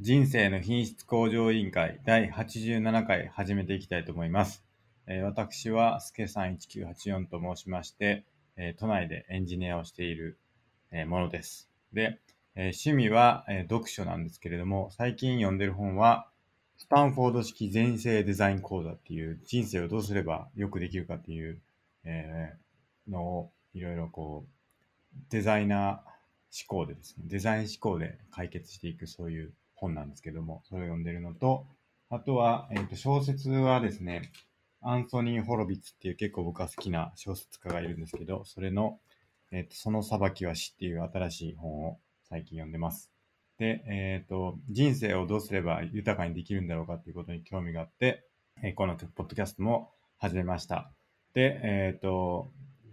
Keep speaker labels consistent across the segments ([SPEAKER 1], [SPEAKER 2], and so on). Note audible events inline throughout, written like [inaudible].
[SPEAKER 1] 人生の品質向上委員会第87回始めていきたいと思います。えー私は、すけさん1984と申しまして、えー都内でエンジニアをしている、えーものです。で、えー趣味は、えー読書なんですけれども、最近読んでる本は、スタンフォード式人生デザイン講座っていう、人生をどうすればよくできるかっていう、えーのを、いろいろこう、デザイナー、思考でですね、デザイン思考で解決していくそういう本なんですけども、それを読んでるのと、あとは、えっ、と、小説はですね、アンソニー・ホロビッツっていう結構僕は好きな小説家がいるんですけど、それの、えっ、と、その裁きは死っていう新しい本を最近読んでます。で、えっ、と、人生をどうすれば豊かにできるんだろうかっていうことに興味があって、えーこのポッドキャストも始めました。で、えっ、と、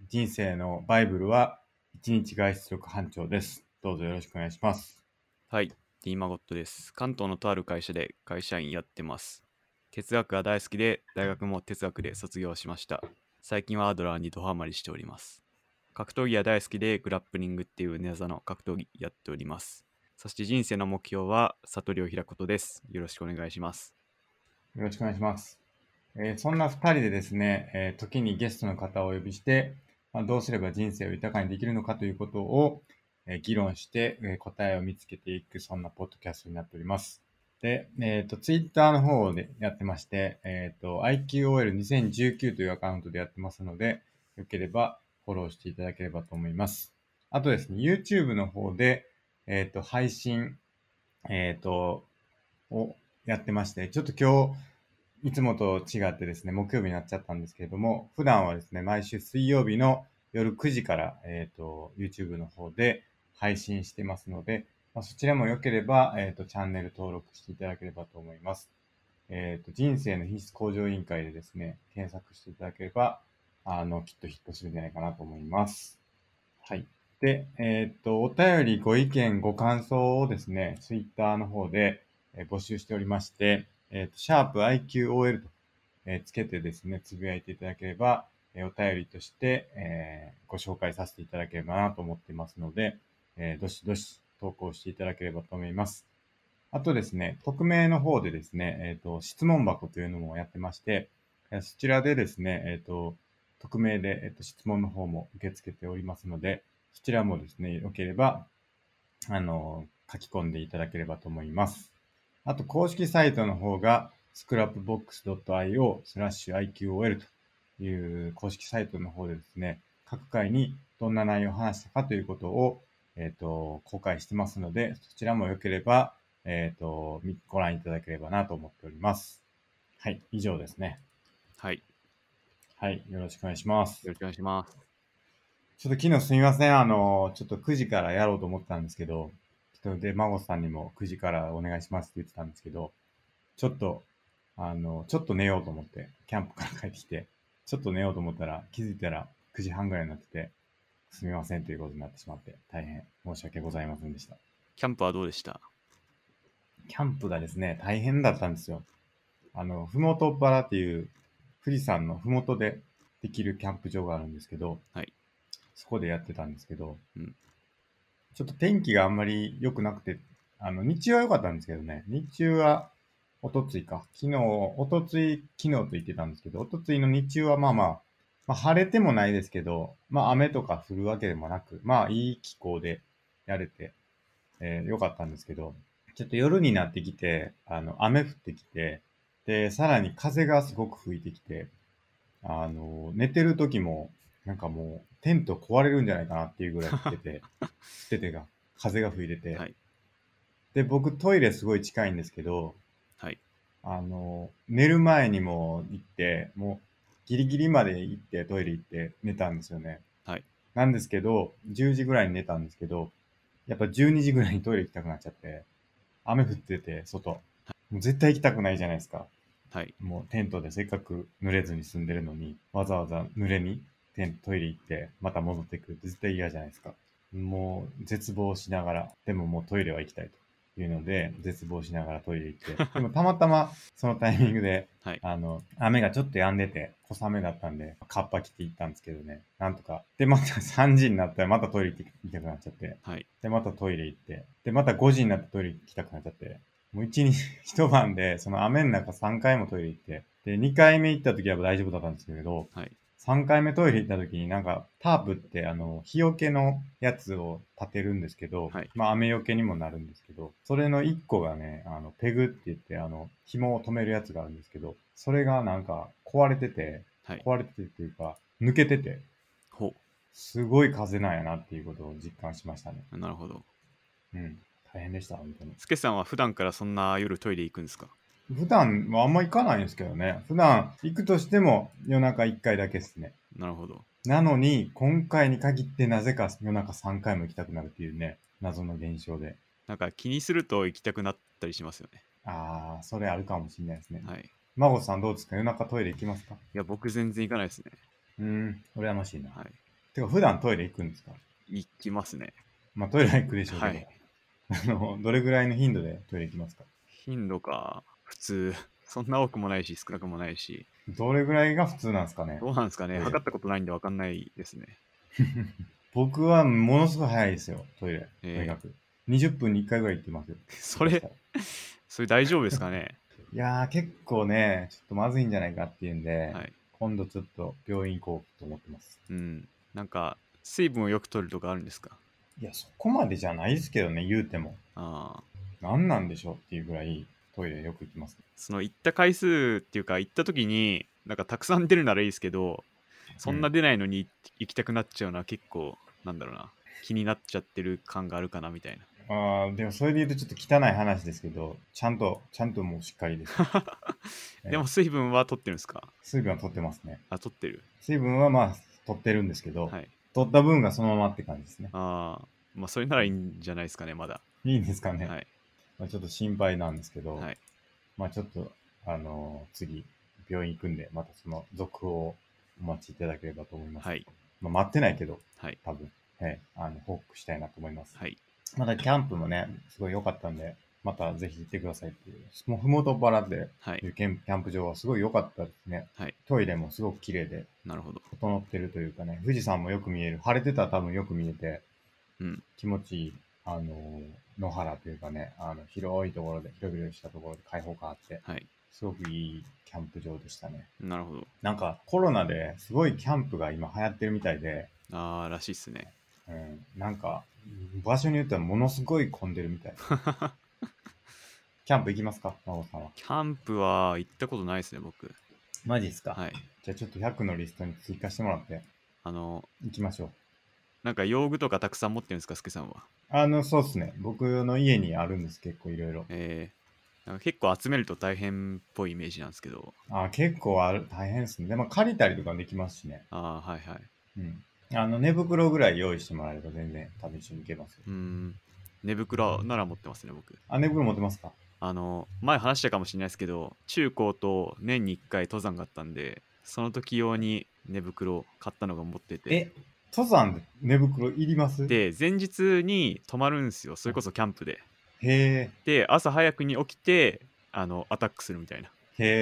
[SPEAKER 1] 人生のバイブルは、一日外出力班長です。どうぞよろしくお願いします。
[SPEAKER 2] はい、ディーマゴットです。関東のとある会社で会社員やってます。哲学が大好きで、大学も哲学で卒業しました。最近はアドラーにドハマりしております。格闘技が大好きで、グラップリングっていう寝技の格闘技やっております。そして人生の目標は、悟りを開くことです。よろしくお願いします。
[SPEAKER 1] よろしくお願いします。えーそんな2人でですね、えー時にゲストの方をお呼びして、まあ、どうすれば人生を豊かにできるのかということを、えー議論して、えー答えを見つけていく、そんなポッドキャストになっております。で、えっ、と、ツイッターの方でやってまして、えっ、と、IQOL2019 というアカウントでやってますので、よければフォローしていただければと思います。あとですね、YouTube の方で、えっ、と、配信、えっ、と、をやってまして、ちょっと今日、いつもと違ってですね、木曜日になっちゃったんですけれども、普段はですね、毎週水曜日の夜9時から、えっ、と、YouTube の方で配信してますので、まあ、そちらも良ければ、えっ、と、チャンネル登録していただければと思います。えっ、と、人生の品質向上委員会でですね、検索していただければ、あの、きっとヒットするんじゃないかなと思います。はい。で、えっ、と、お便り、ご意見、ご感想をですね、Twitter の方で、えー募集しておりまして、えっ、と、シャープ IQOL と、えーつけてですね、つぶやいていただければ、えーお便りとして、えーご紹介させていただければなと思っていますので、えーどしどし投稿していただければと思います。あとですね、匿名の方でですね、えっ、と、質問箱というのもやってまして、えーそちらでですね、えっ、と、匿名で、えっ、と、質問の方も受け付けておりますので、そちらもですね、よければ、あの、書き込んでいただければと思います。あと、公式サイトの方が、scrapbox.io スラッシュ IQOL という公式サイトの方でですね、各回にどんな内容を話したかということを、えっ、と、公開してますので、そちらも良ければ、えっ、と、みご覧いただければなと思っております。はい、以上ですね。
[SPEAKER 2] はい、
[SPEAKER 1] はい、よろしくお願いします
[SPEAKER 2] よ。ろしくお願いします。
[SPEAKER 1] ちょっと昨日すみません。あの、ちょっと9時からやろうと思ったんですけど、ちょっとで、孫さんにも9時からお願いしますって言ってたんですけど、ちょっと、あの、ちょっと寝ようと思って、キャンプから帰ってきて、ちょっと寝ようと思ったら、気づいたら9時半ぐらいになってて、すみませんということになってしまって、大変申し訳ございませんでした。
[SPEAKER 2] キャンプはどうでした
[SPEAKER 1] キャンプがですね、大変だったんですよ。あの、ふもとっぱらっていう、富士山のふもとでできるキャンプ場があるんですけど、
[SPEAKER 2] はい
[SPEAKER 1] そこでやってたんですけど、
[SPEAKER 2] うん
[SPEAKER 1] ちょっと天気があんまり良くなくて、あの、日中は良かったんですけどね、日中は、おとついか、昨日、おとつい、昨日と言ってたんですけど、おとついの日中はまあまあ、まあ、晴れてもないですけど、まあ雨とか降るわけでもなく、まあいい気候でやれて、えー良かったんですけど、ちょっと夜になってきて、あの、雨降ってきて、で、さらに風がすごく吹いてきて、あの、寝てる時も、なんかもう、テント壊れるんじゃないかなっていうぐらい来て
[SPEAKER 2] [laughs]
[SPEAKER 1] て、来ててが、風が吹いてて、
[SPEAKER 2] はい
[SPEAKER 1] で、僕トイレすごい近いんですけど、
[SPEAKER 2] はい、
[SPEAKER 1] あの、寝る前にも行って、もう、ギリギリまで行って、トイレ行って寝たんですよね。
[SPEAKER 2] はい。
[SPEAKER 1] なんですけど、10時ぐらいに寝たんですけど、やっぱ12時ぐらいにトイレ行きたくなっちゃって、雨降ってて、外。もう絶対行きたくないじゃないですか。
[SPEAKER 2] はい、
[SPEAKER 1] もうテントでせっかく濡れずに住んでるのに、わざわざ濡れにテントイレ行って、また戻ってくるって絶対嫌じゃないですか。もう絶望しながら、でももうトイレは行きたいというので、絶望しながらトイレ行って、でもたまたまそのタイミングで、
[SPEAKER 2] はい
[SPEAKER 1] あの、雨がちょっと止んでて、小雨だったんで、カッパ着て行ったんですけどね、なんとか。で、また3時になったらまたトイレ行きたくなっちゃって、
[SPEAKER 2] はい、
[SPEAKER 1] で、またトイレ行って、で、また5時になってトイレ行きたくなっちゃって、もう一日、一晩で、その雨の中3回もトイレ行って、で、2回目行った時は大丈夫だったんですけれど、
[SPEAKER 2] はい
[SPEAKER 1] 3回目トイレ行った時になんか、タープって、あの、日よけのやつを立てるんですけど、
[SPEAKER 2] はい
[SPEAKER 1] まあ雨よけにもなるんですけど、それの1個がね、あの、ペグって言って、あの、紐を止めるやつがあるんですけど、それがなんか壊れてて、
[SPEAKER 2] はい
[SPEAKER 1] 壊れててっていうか、抜けてて、
[SPEAKER 2] ほ
[SPEAKER 1] すごい風なんやなっていうことを実感しましたね。
[SPEAKER 2] うなるほど
[SPEAKER 1] うん。大変でした、本当に。
[SPEAKER 2] スケさんは普段からそんな夜トイレ行くんですか
[SPEAKER 1] 普段はあんま行かないんですけどね。普段行くとしても夜中1回だけですね。
[SPEAKER 2] なるほど
[SPEAKER 1] なのに、今回に限ってなぜか夜中3回も行きたくなるっていうね、謎の現象で。
[SPEAKER 2] なんか気にすると行きたくなったりしますよね
[SPEAKER 1] あー、それあるかもしれないですね。
[SPEAKER 2] はい
[SPEAKER 1] 孫さんどうですか夜中トイレ行きますか
[SPEAKER 2] いや僕全然行かないですね
[SPEAKER 1] うーん、羨ましいな。
[SPEAKER 2] はい
[SPEAKER 1] てか、普段トイレ行くんですか
[SPEAKER 2] 行きますね
[SPEAKER 1] まあトイレは行くでしょうけど、
[SPEAKER 2] はい
[SPEAKER 1] あの、どれぐらいの頻度でトイレ行きますか
[SPEAKER 2] 頻度か普通 [laughs] そんな多くもないし少なくもないし
[SPEAKER 1] どれぐらいが普通なんですかね
[SPEAKER 2] どうなんですか
[SPEAKER 1] え
[SPEAKER 2] ね
[SPEAKER 1] え
[SPEAKER 2] 測ったことないんで分かんないですね
[SPEAKER 1] 僕はものすごい早いですよ、トイレ。と
[SPEAKER 2] ええ
[SPEAKER 1] にかく。20分に1回ぐらい行ってますよ。
[SPEAKER 2] それそれ大丈夫ですかね
[SPEAKER 1] いやー、結構ね、ちょっとまずいんじゃないかっていうんで、
[SPEAKER 2] はい
[SPEAKER 1] 今度ちょっと病院行こうと思ってます。
[SPEAKER 2] うんなんか水分をよく取るとかあるんですか
[SPEAKER 1] いや、そこまでじゃないですけどね、言うても。
[SPEAKER 2] ああ
[SPEAKER 1] 何なんでしょうっていうぐらい、トイレよく行きます、
[SPEAKER 2] その行った回数っていうか行った時になんかたくさん出るならいいですけどそんな出ないのに行きたくなっちゃうのは結構なんだろうな気になっちゃってる感があるかなみたいな
[SPEAKER 1] あーでもそれで言うとちょっと汚い話ですけど、ちゃんと、ちゃんともうしっかりです。 [laughs] ええ
[SPEAKER 2] でも水分は取ってるんですか
[SPEAKER 1] 水分は取ってますね。
[SPEAKER 2] あ取ってる
[SPEAKER 1] 水分はまあ、取ってるんですけど、
[SPEAKER 2] はい
[SPEAKER 1] 取った分がそのままって感じですね。
[SPEAKER 2] ああまあそれならいいんじゃないですかねまだ
[SPEAKER 1] いいんですかね、
[SPEAKER 2] はい
[SPEAKER 1] まあ、ちょっと心配なんですけど、
[SPEAKER 2] はい
[SPEAKER 1] まあちょっと、あのー次、病院行くんで、またその続報をお待ちいただければと思います。
[SPEAKER 2] はい
[SPEAKER 1] まあ、待ってないけど、
[SPEAKER 2] はい
[SPEAKER 1] 多分、はい、あの、報告したいなと思います。
[SPEAKER 2] はい
[SPEAKER 1] またキャンプもね、すごい良かったんで、またぜひ行ってくださいっていう。もう、ふもとばらで、
[SPEAKER 2] はい
[SPEAKER 1] いうキャンキャンプ場はすごい良かったですね。
[SPEAKER 2] はい
[SPEAKER 1] トイレもすごく綺麗で、
[SPEAKER 2] なるほど
[SPEAKER 1] 整ってるというかね、富士山もよく見える。晴れてたら多分よく見えて、
[SPEAKER 2] うん
[SPEAKER 1] 気持ちいい、あのー野原というかね、あの、広いところで、広々したところで開放感あって、
[SPEAKER 2] はい
[SPEAKER 1] すごくいいキャンプ場でしたね。
[SPEAKER 2] なるほど
[SPEAKER 1] なんかコロナですごいキャンプが今流行ってるみたいで、
[SPEAKER 2] ああらしいっすね
[SPEAKER 1] うん、なんか場所によってはものすごい混んでるみ [laughs] たい。キャンプ行きますか孫さんは。
[SPEAKER 2] キャンプは行ったことないですね僕
[SPEAKER 1] マジっすか、
[SPEAKER 2] はい
[SPEAKER 1] じゃあちょっと100のリストに追加してもらって
[SPEAKER 2] あの
[SPEAKER 1] 行きましょう。
[SPEAKER 2] なんか用具とかたくさん持ってるんですかスケさんは
[SPEAKER 1] あの、そうっすね。僕の家にあるんです、結構いろいろ。
[SPEAKER 2] えー、なんか結構集めると大変っぽいイメージなんですけど
[SPEAKER 1] あ結構ある大変っすね。でも借りたりとかできますしね。
[SPEAKER 2] ああはいはい
[SPEAKER 1] うん。あの、寝袋ぐらい用意してもらえれば全然多分一緒に行けますよ。
[SPEAKER 2] うーん寝袋なら持ってますね僕
[SPEAKER 1] あ、寝袋持ってますか
[SPEAKER 2] あの前話したかもしれないですけど中高と年に1回登山があったんでその時用に寝袋を買ったのが持ってて
[SPEAKER 1] え、登山で寝袋いりますへ
[SPEAKER 2] で前日に泊まるんですよそれこそキャンプで
[SPEAKER 1] え、
[SPEAKER 2] で朝早くに起きてあのアタックするみたいな
[SPEAKER 1] へえ、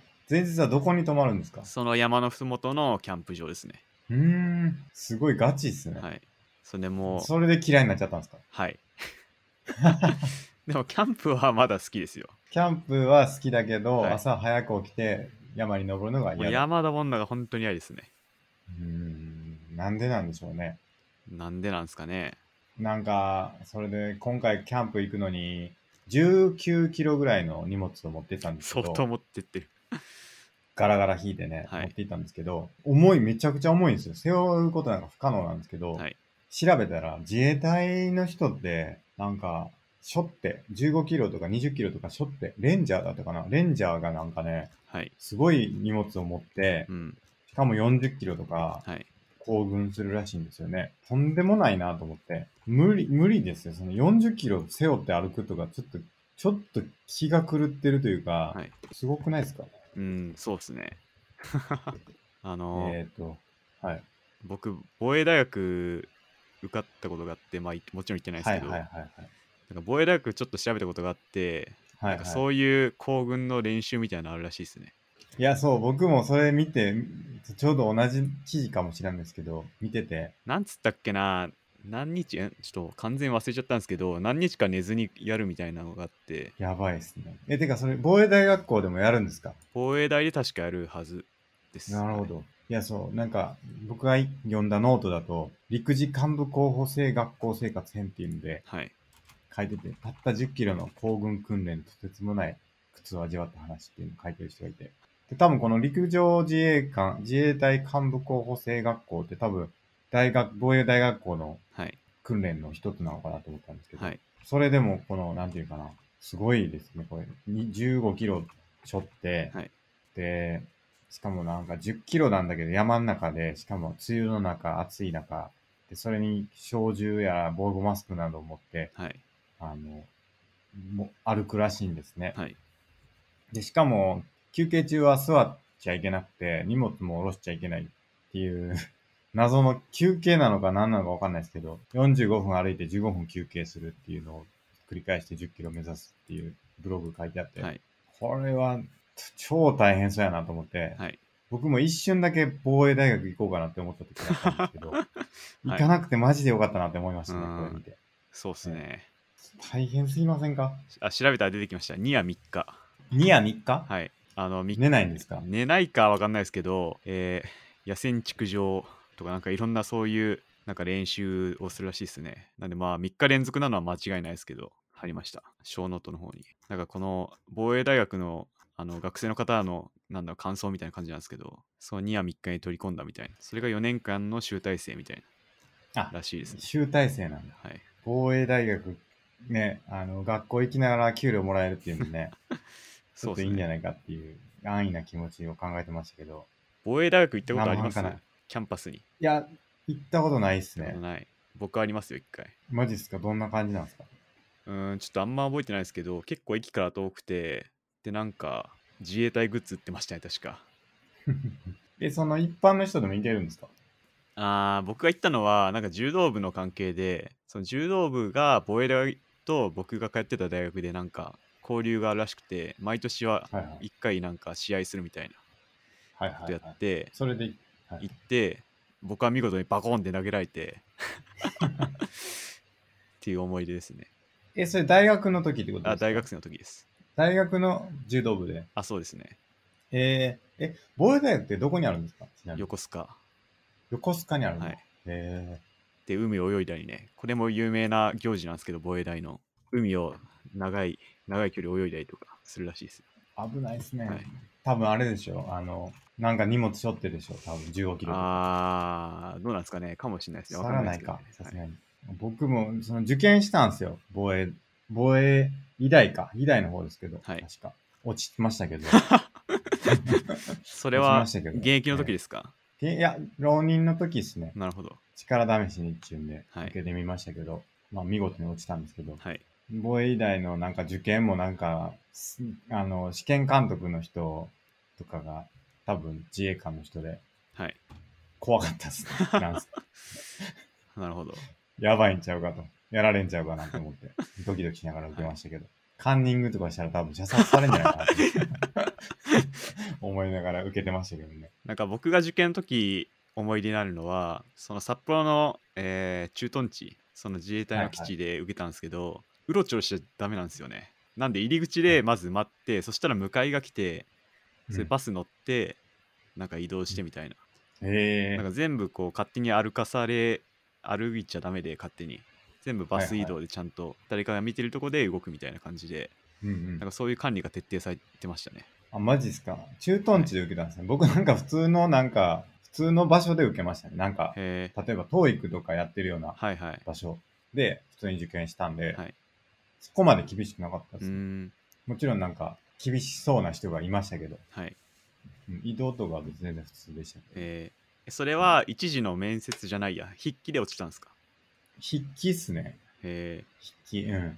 [SPEAKER 1] え、前日はどこに泊まるんですか
[SPEAKER 2] その山の麓のキャンプ場ですね
[SPEAKER 1] うーん、すごいガチっすね。
[SPEAKER 2] はいそれでもう
[SPEAKER 1] それで嫌いになっちゃったんですか
[SPEAKER 2] はい
[SPEAKER 1] [laughs]
[SPEAKER 2] [laughs] でもキャンプはまだ好きですよ
[SPEAKER 1] キャンプは好きだけど、
[SPEAKER 2] はい
[SPEAKER 1] 朝早く起きて山に登るのが
[SPEAKER 2] もう
[SPEAKER 1] 嫌だ。
[SPEAKER 2] 山田女が本当に嫌ですね
[SPEAKER 1] うーん、なんでなんでしょうね。
[SPEAKER 2] なんでなんですかね
[SPEAKER 1] なんか、それで今回キャンプ行くのに、19キロぐらいの荷物を持ってったんですけ
[SPEAKER 2] 相
[SPEAKER 1] ど、
[SPEAKER 2] 当持ってってる
[SPEAKER 1] ガラガラ引いてね、
[SPEAKER 2] はい
[SPEAKER 1] 持っていったんですけど、重い、めちゃくちゃ重いんですよ。背負うことなんか不可能なんですけど、
[SPEAKER 2] はい
[SPEAKER 1] 調べたら自衛隊の人って、なんか、しょって、15キロとか20キロとかしょって、レンジャーだったかなレンジャーがなんかね、
[SPEAKER 2] はい
[SPEAKER 1] すごい荷物を持って
[SPEAKER 2] う、ん
[SPEAKER 1] しかも40キロとか、
[SPEAKER 2] はい
[SPEAKER 1] 行軍するらしいんですよね。とんでもないなと思って。無理、無理ですよ。その40キロ背負って歩くとか、ちょっと、ちょっと気が狂ってるというか、
[SPEAKER 2] はい
[SPEAKER 1] すごくないですか
[SPEAKER 2] うんそうですね [laughs] あの、
[SPEAKER 1] えっ、ー、と、はい。
[SPEAKER 2] 僕防衛大学受かったことがあってまあいもちろん行ってないで
[SPEAKER 1] は
[SPEAKER 2] す
[SPEAKER 1] い
[SPEAKER 2] け
[SPEAKER 1] は
[SPEAKER 2] ど、
[SPEAKER 1] いはい
[SPEAKER 2] なんか防衛大学ちょっと調べたことがあって
[SPEAKER 1] はい。はい
[SPEAKER 2] なんか
[SPEAKER 1] は
[SPEAKER 2] そういう行軍の練習みたいなのあるらしいですね。
[SPEAKER 1] い、いや、そう、僕もそれ見て、ちょうど同じ記事かもしれないんですけど、見てて、
[SPEAKER 2] なんつったっけな、何日えちょっと完全に忘れちゃったんですけど何日か寝ずにやるみたいなのがあって
[SPEAKER 1] やばいですね。え、てか、それ、防衛大学校でもやるんですか
[SPEAKER 2] 防衛大で確かやるはずです
[SPEAKER 1] なるほど。いや、そう、なんか、僕が読んだノートだと、陸自幹部候補生学校生活編っていうので
[SPEAKER 2] はい
[SPEAKER 1] 書いてて、たった10キロの行軍訓練とてつもない苦痛を味わった話っていうのを書いてる人がいて。で、多分この陸上自衛官、自衛隊幹部候補生学校って多分、大学、防衛大学校の
[SPEAKER 2] はい
[SPEAKER 1] 訓練の一つなのかなと思ったんですけど、
[SPEAKER 2] はい
[SPEAKER 1] それでも、この、なんていうかな、すごいですね、これ。に15キロ背負って、
[SPEAKER 2] はい
[SPEAKER 1] で、しかもなんか10キロなんだけど、山の中で、しかも梅雨の中、暑い中、で、それに小銃や防護マスクなどを持って、
[SPEAKER 2] はい
[SPEAKER 1] あの、も歩くらしいんですね。
[SPEAKER 2] はい
[SPEAKER 1] で、しかも、休憩中は座っちゃいけなくて、荷物も下ろしちゃいけないっていう、 [laughs] 謎の休憩なのか何なのかわかんないですけど、45分歩いて15分休憩するっていうのを繰り返して10キロ目指すっていうブログ書いてあって、
[SPEAKER 2] はい
[SPEAKER 1] これは超大変そうやなと思って、
[SPEAKER 2] はい
[SPEAKER 1] 僕も一瞬だけ防衛大学行こうかなって思った時があったんです
[SPEAKER 2] [laughs]
[SPEAKER 1] けど、
[SPEAKER 2] い
[SPEAKER 1] 行かなくてマジでよかったなって思いましたね、
[SPEAKER 2] うん
[SPEAKER 1] これ見て。
[SPEAKER 2] そうっすね
[SPEAKER 1] 大変すぎませんか
[SPEAKER 2] あ調べたら出てきました2夜3日
[SPEAKER 1] ?2 や3日、
[SPEAKER 2] はいあの3日
[SPEAKER 1] 寝ないんですか
[SPEAKER 2] 寝ないかわかんないですけど、えー野戦築場とかなんかいろんなそういうなんか練習をするらしいですね。なんでまあ3日連続なのは間違いないですけど、貼りました。小ノートの方に。なんかこの防衛大学のあの学生の方のなんだろう感想みたいな感じなんですけど、その2は3日に取り込んだみたいな。それが4年間の集大成みたいな
[SPEAKER 1] あ
[SPEAKER 2] らしいですね。
[SPEAKER 1] 集大成なんだ。
[SPEAKER 2] はい。
[SPEAKER 1] 防衛大学、ね、あの、学校行きながら給料もらえるっていうのね、ち
[SPEAKER 2] [laughs] そ
[SPEAKER 1] ょ
[SPEAKER 2] う
[SPEAKER 1] っ
[SPEAKER 2] で
[SPEAKER 1] と
[SPEAKER 2] す
[SPEAKER 1] いいんじゃ
[SPEAKER 2] ね。
[SPEAKER 1] ないかっていう安易な気持ちを考えてましたけど、
[SPEAKER 2] 防衛大学行ったことあります
[SPEAKER 1] なかなか
[SPEAKER 2] キャンパスに。
[SPEAKER 1] いや、行ったことないっすね。
[SPEAKER 2] ない。僕ありますよ、一回。
[SPEAKER 1] マジっすかどんな感じなん
[SPEAKER 2] [laughs]
[SPEAKER 1] ですか
[SPEAKER 2] うーん、ちょっとあんま覚えてないですけど、結構駅から遠くて、で、なんか、自衛隊グッズ売ってましたね、確か。
[SPEAKER 1] え、その一般の人でも行けるんですか
[SPEAKER 2] あー僕が行ったのは、なんか柔道部の関係で、その柔道部が防衛大と僕が通ってた大学で、なんか、交流があるらしくて、毎年は
[SPEAKER 1] はいはい。
[SPEAKER 2] 1回なんか試合するみたいな
[SPEAKER 1] はい
[SPEAKER 2] こ
[SPEAKER 1] は
[SPEAKER 2] と
[SPEAKER 1] い、
[SPEAKER 2] や
[SPEAKER 1] は
[SPEAKER 2] っ
[SPEAKER 1] い。
[SPEAKER 2] て、
[SPEAKER 1] それで、はい
[SPEAKER 2] 行って、僕は見事にバコンって投げられ
[SPEAKER 1] [laughs]
[SPEAKER 2] て、っていう思い出ですね。
[SPEAKER 1] え、それ大学の時ってことで
[SPEAKER 2] あ、
[SPEAKER 1] すか
[SPEAKER 2] 大学生の時です。
[SPEAKER 1] 大学の柔道部で。
[SPEAKER 2] あ、そうですね。
[SPEAKER 1] えー、え、防衛大学ってどこにあるんですかちなみに
[SPEAKER 2] 横須賀。
[SPEAKER 1] 横須賀にあるの、
[SPEAKER 2] はい。
[SPEAKER 1] え
[SPEAKER 2] で海を泳いだりねこれも有名な行事なんですけど防衛大の海を長い長い距離泳いだりとかするらしいですよ
[SPEAKER 1] ー、危ないっすね。
[SPEAKER 2] はい
[SPEAKER 1] 多分あれでしょあの、なんか荷物背負ってるでしょ多分15キロとか。
[SPEAKER 2] あーどうなんですかねかもしれないですねわ
[SPEAKER 1] さ
[SPEAKER 2] からんな
[SPEAKER 1] ないい
[SPEAKER 2] ですけど
[SPEAKER 1] かさ
[SPEAKER 2] ね、
[SPEAKER 1] す
[SPEAKER 2] は
[SPEAKER 1] が
[SPEAKER 2] い
[SPEAKER 1] に。僕も、その受験したんですよ。防衛、防衛、医大か。医大の方ですけど、
[SPEAKER 2] はい
[SPEAKER 1] 確か。落ちました
[SPEAKER 2] [laughs]
[SPEAKER 1] けど。
[SPEAKER 2] それ
[SPEAKER 1] し
[SPEAKER 2] は
[SPEAKER 1] ました
[SPEAKER 2] 現
[SPEAKER 1] けど
[SPEAKER 2] 役の時ですか、
[SPEAKER 1] いや、浪人の時ですね。
[SPEAKER 2] なるほど
[SPEAKER 1] 力試しに一巡で
[SPEAKER 2] はい
[SPEAKER 1] 受けてみましたけど、まあ見事に落ちたんですけど、
[SPEAKER 2] はい
[SPEAKER 1] 防衛医大のなんか受験もなんか、すあの、試験監督の人とかが、多分自衛官の人で
[SPEAKER 2] はい
[SPEAKER 1] 怖かったです
[SPEAKER 2] [laughs]
[SPEAKER 1] ね。なんす
[SPEAKER 2] なるほど
[SPEAKER 1] やばいんちゃうかと。やられんちゃうかなと思
[SPEAKER 2] [laughs]
[SPEAKER 1] って、ドキドキしながら受けましたけど、カンニングとかしたら多分射殺されんじゃないかなと思いながら受けてましたけどね。
[SPEAKER 2] なんか僕が受験の時思い出になるのはその札幌の、えー駐屯地その自衛隊の基地で受けたんですけど、うろちょろしちゃダメなんですよねなんで入り口でまず待って、そしたら迎えが来てそれ
[SPEAKER 1] うん
[SPEAKER 2] バス乗って、なんか移動してみたいな。
[SPEAKER 1] え
[SPEAKER 2] なん
[SPEAKER 1] ー
[SPEAKER 2] か全部こう勝手に歩かされ、歩いちゃダメで勝手に。全部バス移動でちゃんと誰かが見てるとこで動くみたいな感じで、
[SPEAKER 1] うんうん
[SPEAKER 2] なんかそういう管理が徹底されてましたね。
[SPEAKER 1] あ、マジっすか。駐屯地で受けたんですね。僕なんか普通の、なんか、普通の場所で受けましたね。なんか、
[SPEAKER 2] へえ、
[SPEAKER 1] 例えば、TOEIC とかやってるような
[SPEAKER 2] はいはい。
[SPEAKER 1] 場所で普通に受験したんで、
[SPEAKER 2] はい
[SPEAKER 1] そこまで厳しくなかった
[SPEAKER 2] う
[SPEAKER 1] で
[SPEAKER 2] ー
[SPEAKER 1] す。
[SPEAKER 2] ん、
[SPEAKER 1] もちろんなんか、厳しそうな人がいましたけど、
[SPEAKER 2] はい。
[SPEAKER 1] うん移動とかは別に全然普通でしたけど、
[SPEAKER 2] えー、それは一時の面接じゃないや、筆記で落ちたんですか。
[SPEAKER 1] 筆記っすね。
[SPEAKER 2] へ
[SPEAKER 1] 筆記、うん。
[SPEAKER 2] え、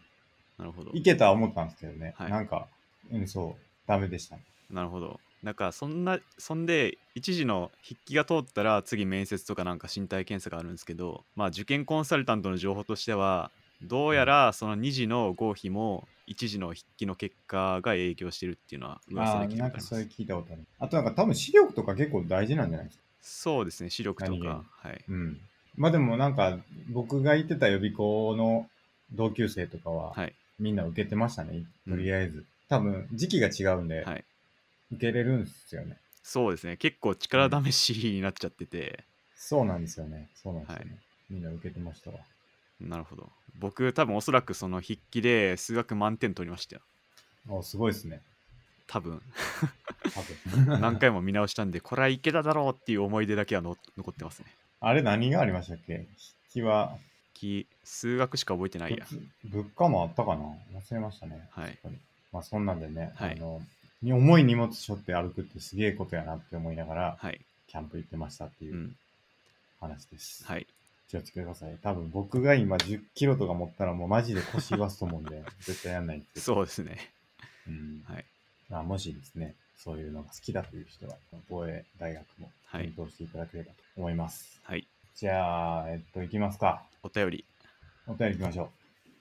[SPEAKER 2] なるほど。
[SPEAKER 1] いけたは思ったんですけどね。
[SPEAKER 2] はい
[SPEAKER 1] なんか、うん、そう、ダメでしたね。
[SPEAKER 2] なるほど。なんかそんなそんで一時の筆記が通ったら次面接とかなんか身体検査があるんですけど、まあ、受験コンサルタントの情報としてはどうやらその2時の合否も1時の筆記の結果が影響してるっていうのは噂
[SPEAKER 1] ああ
[SPEAKER 2] で聞
[SPEAKER 1] ー、
[SPEAKER 2] いた
[SPEAKER 1] な
[SPEAKER 2] こ
[SPEAKER 1] んか
[SPEAKER 2] とあり
[SPEAKER 1] そ
[SPEAKER 2] ま
[SPEAKER 1] れ
[SPEAKER 2] す
[SPEAKER 1] 聞いたことある。あとなんか多分視力とか結構大事なんじゃないですか。
[SPEAKER 2] そうですね視力と
[SPEAKER 1] 何気に
[SPEAKER 2] か、はい、
[SPEAKER 1] うん。まあでもなんか、僕が行ってた予備校の同級生とかは、
[SPEAKER 2] はい
[SPEAKER 1] みんな受けてましたね、
[SPEAKER 2] うん
[SPEAKER 1] とりあえず。多分、時期が違うんで、
[SPEAKER 2] はい
[SPEAKER 1] 受けれるんですよね。
[SPEAKER 2] そうですね結構力試しになっちゃってて、
[SPEAKER 1] そうなんですよね。そうなんですよね。
[SPEAKER 2] は
[SPEAKER 1] みんな受けてましたわ。
[SPEAKER 2] なるほど僕多分おそらくその筆記で数学満点取りましたよ
[SPEAKER 1] あすごいですね。
[SPEAKER 2] 多分
[SPEAKER 1] 多分
[SPEAKER 2] 何回も見直したんでこれは池田だろうっていう思い出だけはの残ってますね
[SPEAKER 1] [laughs] あれ何がありましたっけ筆記は、
[SPEAKER 2] き数学しか覚えてないや
[SPEAKER 1] 物価もあったかな忘れましたね。
[SPEAKER 2] はい
[SPEAKER 1] まあそんなんでね、
[SPEAKER 2] はい
[SPEAKER 1] あの、に重い荷物背負って歩くってすげえことやなって思いながら、
[SPEAKER 2] はい
[SPEAKER 1] キャンプ行ってましたっていううん話です。
[SPEAKER 2] はい
[SPEAKER 1] 気をつけてください。多分僕が今10キロとか持ったらもうマジで腰言わすと思うんで、 [laughs] 絶対やんないって。
[SPEAKER 2] そうですね
[SPEAKER 1] うん。
[SPEAKER 2] はい
[SPEAKER 1] まあ、もしですね、そういうのが好きだという人は、防衛大学も
[SPEAKER 2] はい
[SPEAKER 1] 検討していただければと思います。
[SPEAKER 2] はい
[SPEAKER 1] じゃあ、えっと、行きますか。
[SPEAKER 2] お便り
[SPEAKER 1] お便り行きましょ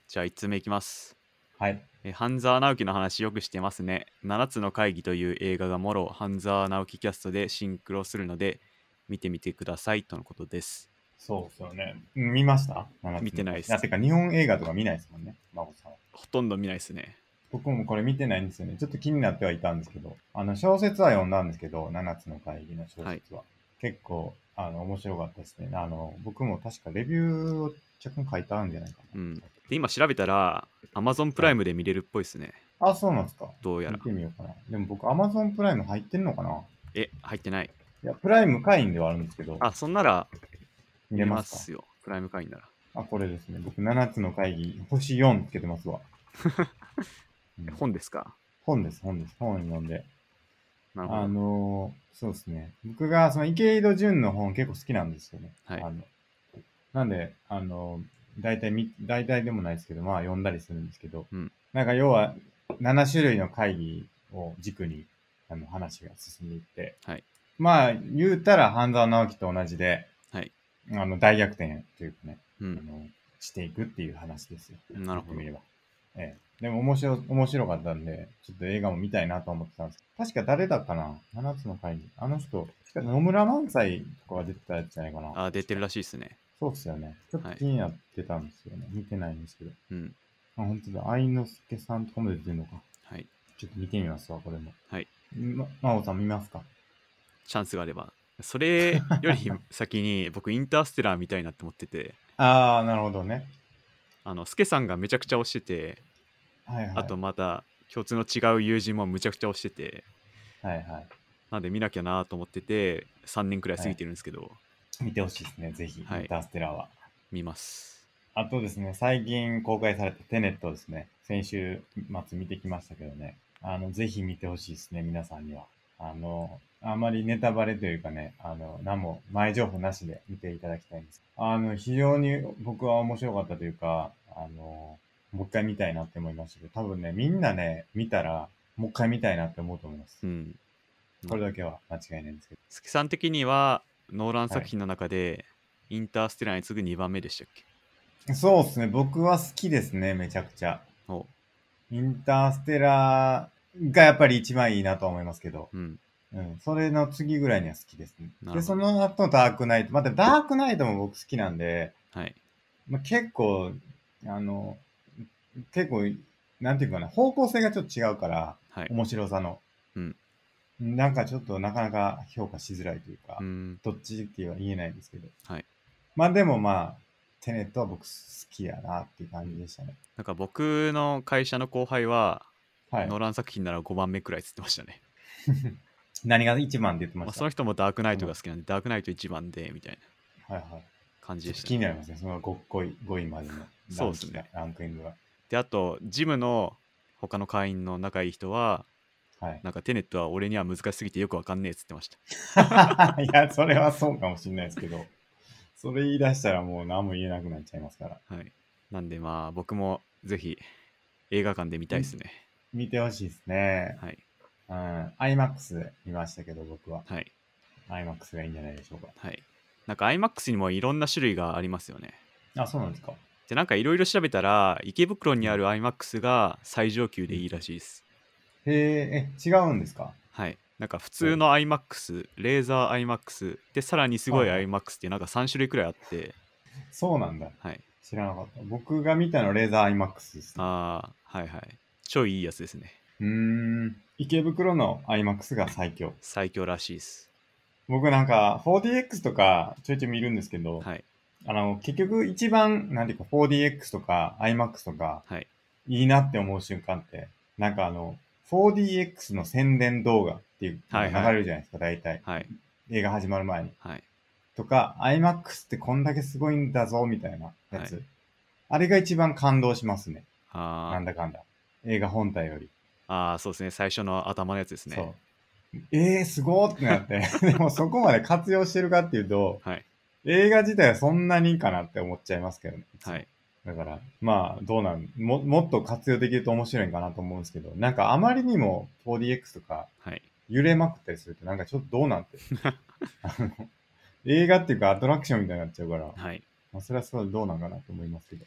[SPEAKER 2] じゃあ1つ目いきます
[SPEAKER 1] う。はい。
[SPEAKER 2] えー半沢直樹の話よくしてますね。7つの会議という映画がもろ半沢直樹キャストでシンクロするので見てみてくださいとのことです。
[SPEAKER 1] そうですよね。うん見ました
[SPEAKER 2] 見てないです
[SPEAKER 1] や、てか日本映画とか見ないですもんね、孫さんは。
[SPEAKER 2] ほとんど見ないですね。
[SPEAKER 1] 僕もこれ見てないんですよね。ちょっと気になってはいたんですけど、あの、小説は読んだんですけど、7つの会議の小説は。結構、あの、面白かったですね。あの、僕も確かレビューを若干書いてあるんじゃないかな。
[SPEAKER 2] うんで、今調べたら Amazon プライムで見れるっぽいですね。
[SPEAKER 1] あ、そうなんですか。
[SPEAKER 2] どうやら
[SPEAKER 1] 見。てみようかな。でも僕、Amazon プライム入ってんのかな
[SPEAKER 2] え、入ってない。
[SPEAKER 1] いや、プライム会員ではあるんですけど、
[SPEAKER 2] あ、そんなら
[SPEAKER 1] 見
[SPEAKER 2] 見
[SPEAKER 1] れ
[SPEAKER 2] れま
[SPEAKER 1] ますか
[SPEAKER 2] すよ。プライム会員なら。
[SPEAKER 1] あ、これですね。僕、7つの会議、星4つけてますわ。うん
[SPEAKER 2] [laughs] 本ですか
[SPEAKER 1] 本です、本です。本読んで。
[SPEAKER 2] なるほ
[SPEAKER 1] あ
[SPEAKER 2] ど。
[SPEAKER 1] のーそうですね。僕が、その池井戸潤の本結構好きなんですよね。
[SPEAKER 2] はい
[SPEAKER 1] あのなんで、あのー大体み、大体でもないですけど、まあ読んだりするんですけど、
[SPEAKER 2] うん
[SPEAKER 1] なんか要は、7種類の会議を軸に、あの、話が進んでいって、
[SPEAKER 2] はい
[SPEAKER 1] まあ、言うたら、半沢直樹と同じで、
[SPEAKER 2] はい
[SPEAKER 1] あの、大逆転というかね、
[SPEAKER 2] う
[SPEAKER 1] あ
[SPEAKER 2] ん。
[SPEAKER 1] のしていくっていう話ですよ。
[SPEAKER 2] なるほど
[SPEAKER 1] 言ってみればええ、でも面白面白かったんで、ちょっと映画も見たいなと思ってたんですけど、確か誰だったかな ?7 つの会議。あの人、確か野村萬斎とかが出てたやつじゃないかな。
[SPEAKER 2] あ、出てるらしいですね。
[SPEAKER 1] そうっすよね。ちょっと
[SPEAKER 2] はい
[SPEAKER 1] 気になってたんですよね。見てないんですけど。
[SPEAKER 2] うん。
[SPEAKER 1] あ、本当だ。愛之助さんとかも出てるのか。
[SPEAKER 2] はい。
[SPEAKER 1] ちょっと見てみますわ、これも。
[SPEAKER 2] はい。
[SPEAKER 1] ま、真央さん見ますか
[SPEAKER 2] チャンスがあれば。そ
[SPEAKER 1] [laughs]
[SPEAKER 2] れより先に僕インターステラー見たいなって思ってて。
[SPEAKER 1] あー、なるほどね。
[SPEAKER 2] あの、スケさんがめちゃくちゃ推してて、
[SPEAKER 1] はいはい。
[SPEAKER 2] あとまた共通の違う友人もむちゃくちゃ推してて、
[SPEAKER 1] はいはい。
[SPEAKER 2] なんで見なきゃなと思ってて、3年くらい過ぎてるんですけど、
[SPEAKER 1] 見てほしいですね、ぜひ。
[SPEAKER 2] はい
[SPEAKER 1] インターステラーは。
[SPEAKER 2] 見ます。
[SPEAKER 1] あとですね、最近公開されたテネットですね、先週末見てきましたけどね、あの、ぜひ見てほしいですね、皆さんには。あの、あまりネタバレというかね、あの、何も前情報なしで見ていただきたいんです。あの、非常に僕は面白かったというか、あの、もう一回見たいなって思いましたけど、多分ね、みんなね、見たら、もう一回見たいなって思うと思います
[SPEAKER 2] う。ん。
[SPEAKER 1] これだけは間違いないんですけど。
[SPEAKER 2] スケさん的には、ノーラン作品の中で、インターステラーに次ぐ2番目でしたっけ
[SPEAKER 1] そうですね、僕は好きですね、めちゃくちゃ。
[SPEAKER 2] お
[SPEAKER 1] インターステラーがやっぱり一番いいなとは思いますけど、
[SPEAKER 2] うん。
[SPEAKER 1] うん、それの次ぐらいには好きですね。
[SPEAKER 2] な
[SPEAKER 1] で、
[SPEAKER 2] るほ
[SPEAKER 1] そ
[SPEAKER 2] ど
[SPEAKER 1] の後ダークナイト、またダークナイトも僕好きなんで、
[SPEAKER 2] はい。
[SPEAKER 1] まあ、結構、あの、結構、なんていうかな、方向性がちょっと違うから、
[SPEAKER 2] はい。
[SPEAKER 1] 面白さの。
[SPEAKER 2] うん
[SPEAKER 1] なんかちょっとなかなか評価しづらいというか、
[SPEAKER 2] うん。
[SPEAKER 1] どっちっては言えないんですけど。
[SPEAKER 2] はい。
[SPEAKER 1] まあでもまあ、テネットは僕好きやなっていう感じでしたね。
[SPEAKER 2] なんか僕の会社の後輩は、
[SPEAKER 1] はい
[SPEAKER 2] ノー。ラン作品なら5番目くらいっつってましたね。
[SPEAKER 1] 何が一番って言ってま
[SPEAKER 2] まあ、
[SPEAKER 1] し
[SPEAKER 2] そ
[SPEAKER 1] た、
[SPEAKER 2] の人もダークナイトが好きなんで、ダークナイト1番で、みたいな
[SPEAKER 1] はいはい。
[SPEAKER 2] 感じ
[SPEAKER 1] ちょ
[SPEAKER 2] で
[SPEAKER 1] っ
[SPEAKER 2] し
[SPEAKER 1] と
[SPEAKER 2] た、
[SPEAKER 1] 気になりますね、そのごっこい5位までのランキング
[SPEAKER 2] そうですね
[SPEAKER 1] ランクイングが。
[SPEAKER 2] で、あと、ジムの他の会員の仲いい人は、
[SPEAKER 1] はい。
[SPEAKER 2] なんかテネットは俺には難しすぎてよくわかんねえっつってました。
[SPEAKER 1] い [laughs] や、それはそうかもしれないですけど、それ言い出したらもう何も言えなくなっちゃいますから、
[SPEAKER 2] はい。なんでまあ僕もぜひ映画館で見たいですね。
[SPEAKER 1] 見てほしいですね。
[SPEAKER 2] はい。
[SPEAKER 1] うん。IMAX で見ましたけど、僕は。
[SPEAKER 2] はい。
[SPEAKER 1] IMAX がいいんじゃないでしょうか。
[SPEAKER 2] はい。なんか IMAX にもいろんな種類がありますよね。
[SPEAKER 1] あ、そうなんですか。
[SPEAKER 2] で、なんかいろいろ調べたら、池袋にある IMAX が最上級でいいらしいです。
[SPEAKER 1] へえ、え、違うんですか
[SPEAKER 2] はい。なんか普通の IMAX、レーザー IMAX、で、さらにすごい
[SPEAKER 1] はい
[SPEAKER 2] IMAX っていうなんか3種類くらいあって、
[SPEAKER 1] そうなんだ。
[SPEAKER 2] はい。
[SPEAKER 1] 知らなかった。僕が見たのはレーザー IMAX です、ね。
[SPEAKER 2] ああ、はいはい。ちょいいいやつですね。
[SPEAKER 1] うーん。池袋の IMAX が最強。
[SPEAKER 2] 最強らしいです。
[SPEAKER 1] 僕なんか 4DX とかちょいちょい見るんですけど、
[SPEAKER 2] はい。
[SPEAKER 1] あの、結局一番、なんていうか 4DX とか IMAX とか、
[SPEAKER 2] はい。
[SPEAKER 1] いいなって思う瞬間って、なんかあの、4DX の宣伝動画っていうのが流れるじゃないですか、大体。
[SPEAKER 2] はい。
[SPEAKER 1] 映画始まる前に。
[SPEAKER 2] はい。
[SPEAKER 1] とか、IMAX ってこんだけすごいんだぞ、みたいなやつ。
[SPEAKER 2] は
[SPEAKER 1] あれが一番感動しますね。な
[SPEAKER 2] あ
[SPEAKER 1] ん
[SPEAKER 2] ー
[SPEAKER 1] だかんだ。映画本体より。
[SPEAKER 2] あー、そうですね。最初の頭のやつですね。
[SPEAKER 1] そう。えー、すごーってなって。 [laughs] でもそこまで活用してるかっていうと、
[SPEAKER 2] はい。
[SPEAKER 1] 映画自体はそんなにかなって思っちゃいますけどね。
[SPEAKER 2] はい。
[SPEAKER 1] だから、まあ、どうなんも、もっと活用できると面白いんかなと思うんですけど、なんかあまりにも 4DX とか
[SPEAKER 2] はい。
[SPEAKER 1] 揺れまくったりすると、なんかちょっとどう
[SPEAKER 2] [laughs]
[SPEAKER 1] なんて。あの映画っていうかアトラクションみたいになっちゃうから、
[SPEAKER 2] はい。
[SPEAKER 1] まあ、それはそれでどうなんかなと思いますけど。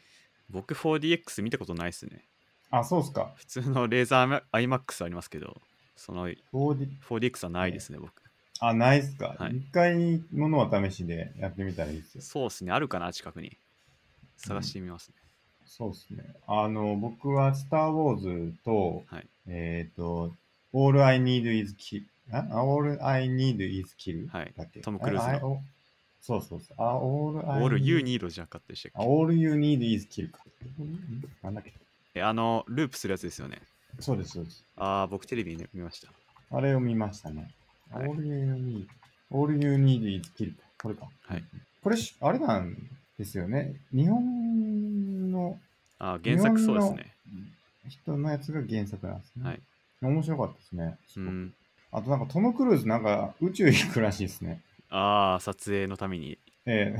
[SPEAKER 2] 僕 4DX 見たことないですね。
[SPEAKER 1] あ、そうっすか。
[SPEAKER 2] 普通のレーザー IMAX ありますけど、その
[SPEAKER 1] 4D、
[SPEAKER 2] 4DX はないですね、僕。
[SPEAKER 1] あ、ないっすか。一、
[SPEAKER 2] はい
[SPEAKER 1] 回、ものは試しでやってみたらいいですよ。
[SPEAKER 2] そうですね。あるかな、近くに。探してみますね。
[SPEAKER 1] そうっすね。あの、僕は、スター・ウォーズと、
[SPEAKER 2] はい
[SPEAKER 1] えっ、と、All I Need is Kill。あ All I Need is Kill?
[SPEAKER 2] はい
[SPEAKER 1] だっけ
[SPEAKER 2] トムクルーズの
[SPEAKER 1] ああおそうそうそう。あ、All
[SPEAKER 2] オ
[SPEAKER 1] I
[SPEAKER 2] ール
[SPEAKER 1] Need-
[SPEAKER 2] U ニードじゃなかったでした
[SPEAKER 1] あ
[SPEAKER 2] っけ
[SPEAKER 1] All You Need is Kill か。なんだっけ
[SPEAKER 2] えあの、ループするやつですよね。
[SPEAKER 1] そうです、そうです。
[SPEAKER 2] ああ、僕テレビで見ました。
[SPEAKER 1] あれを見ましたね。
[SPEAKER 2] はい
[SPEAKER 1] All You Need, All you need is Kill か。これか。
[SPEAKER 2] はい。
[SPEAKER 1] これし、あれなんですよね。日本の
[SPEAKER 2] ああ、原作そうですね。
[SPEAKER 1] 人のやつが原作なんですね。
[SPEAKER 2] はい。
[SPEAKER 1] 面白かったですね。す
[SPEAKER 2] う
[SPEAKER 1] ごく
[SPEAKER 2] ん。
[SPEAKER 1] あとなんかトム・クルーズなんか宇宙行くらしいですね。
[SPEAKER 2] ああ、撮影のために
[SPEAKER 1] え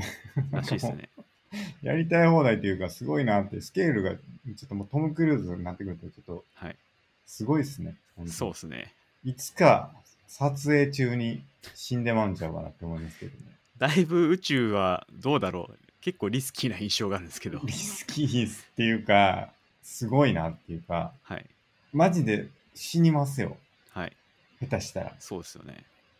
[SPEAKER 1] え
[SPEAKER 2] らしいですね。
[SPEAKER 1] [laughs] やりたい放題というかすごいなって、スケールがちょっともうトム・クルーズになってくるとちょっと
[SPEAKER 2] はい。
[SPEAKER 1] すごいですね。本当に
[SPEAKER 2] そうですね。
[SPEAKER 1] いつか撮影中に死んでまうんちゃうかなって思いますけど
[SPEAKER 2] [laughs]
[SPEAKER 1] ね。
[SPEAKER 2] だいぶ宇宙はどうだろう結構リスキーな印象があるんですけど
[SPEAKER 1] リ。スキーっていうか、すごいなっていうか、
[SPEAKER 2] はい。
[SPEAKER 1] マジで死にますよ。
[SPEAKER 2] はい。
[SPEAKER 1] 下手したら。
[SPEAKER 2] そうですよね。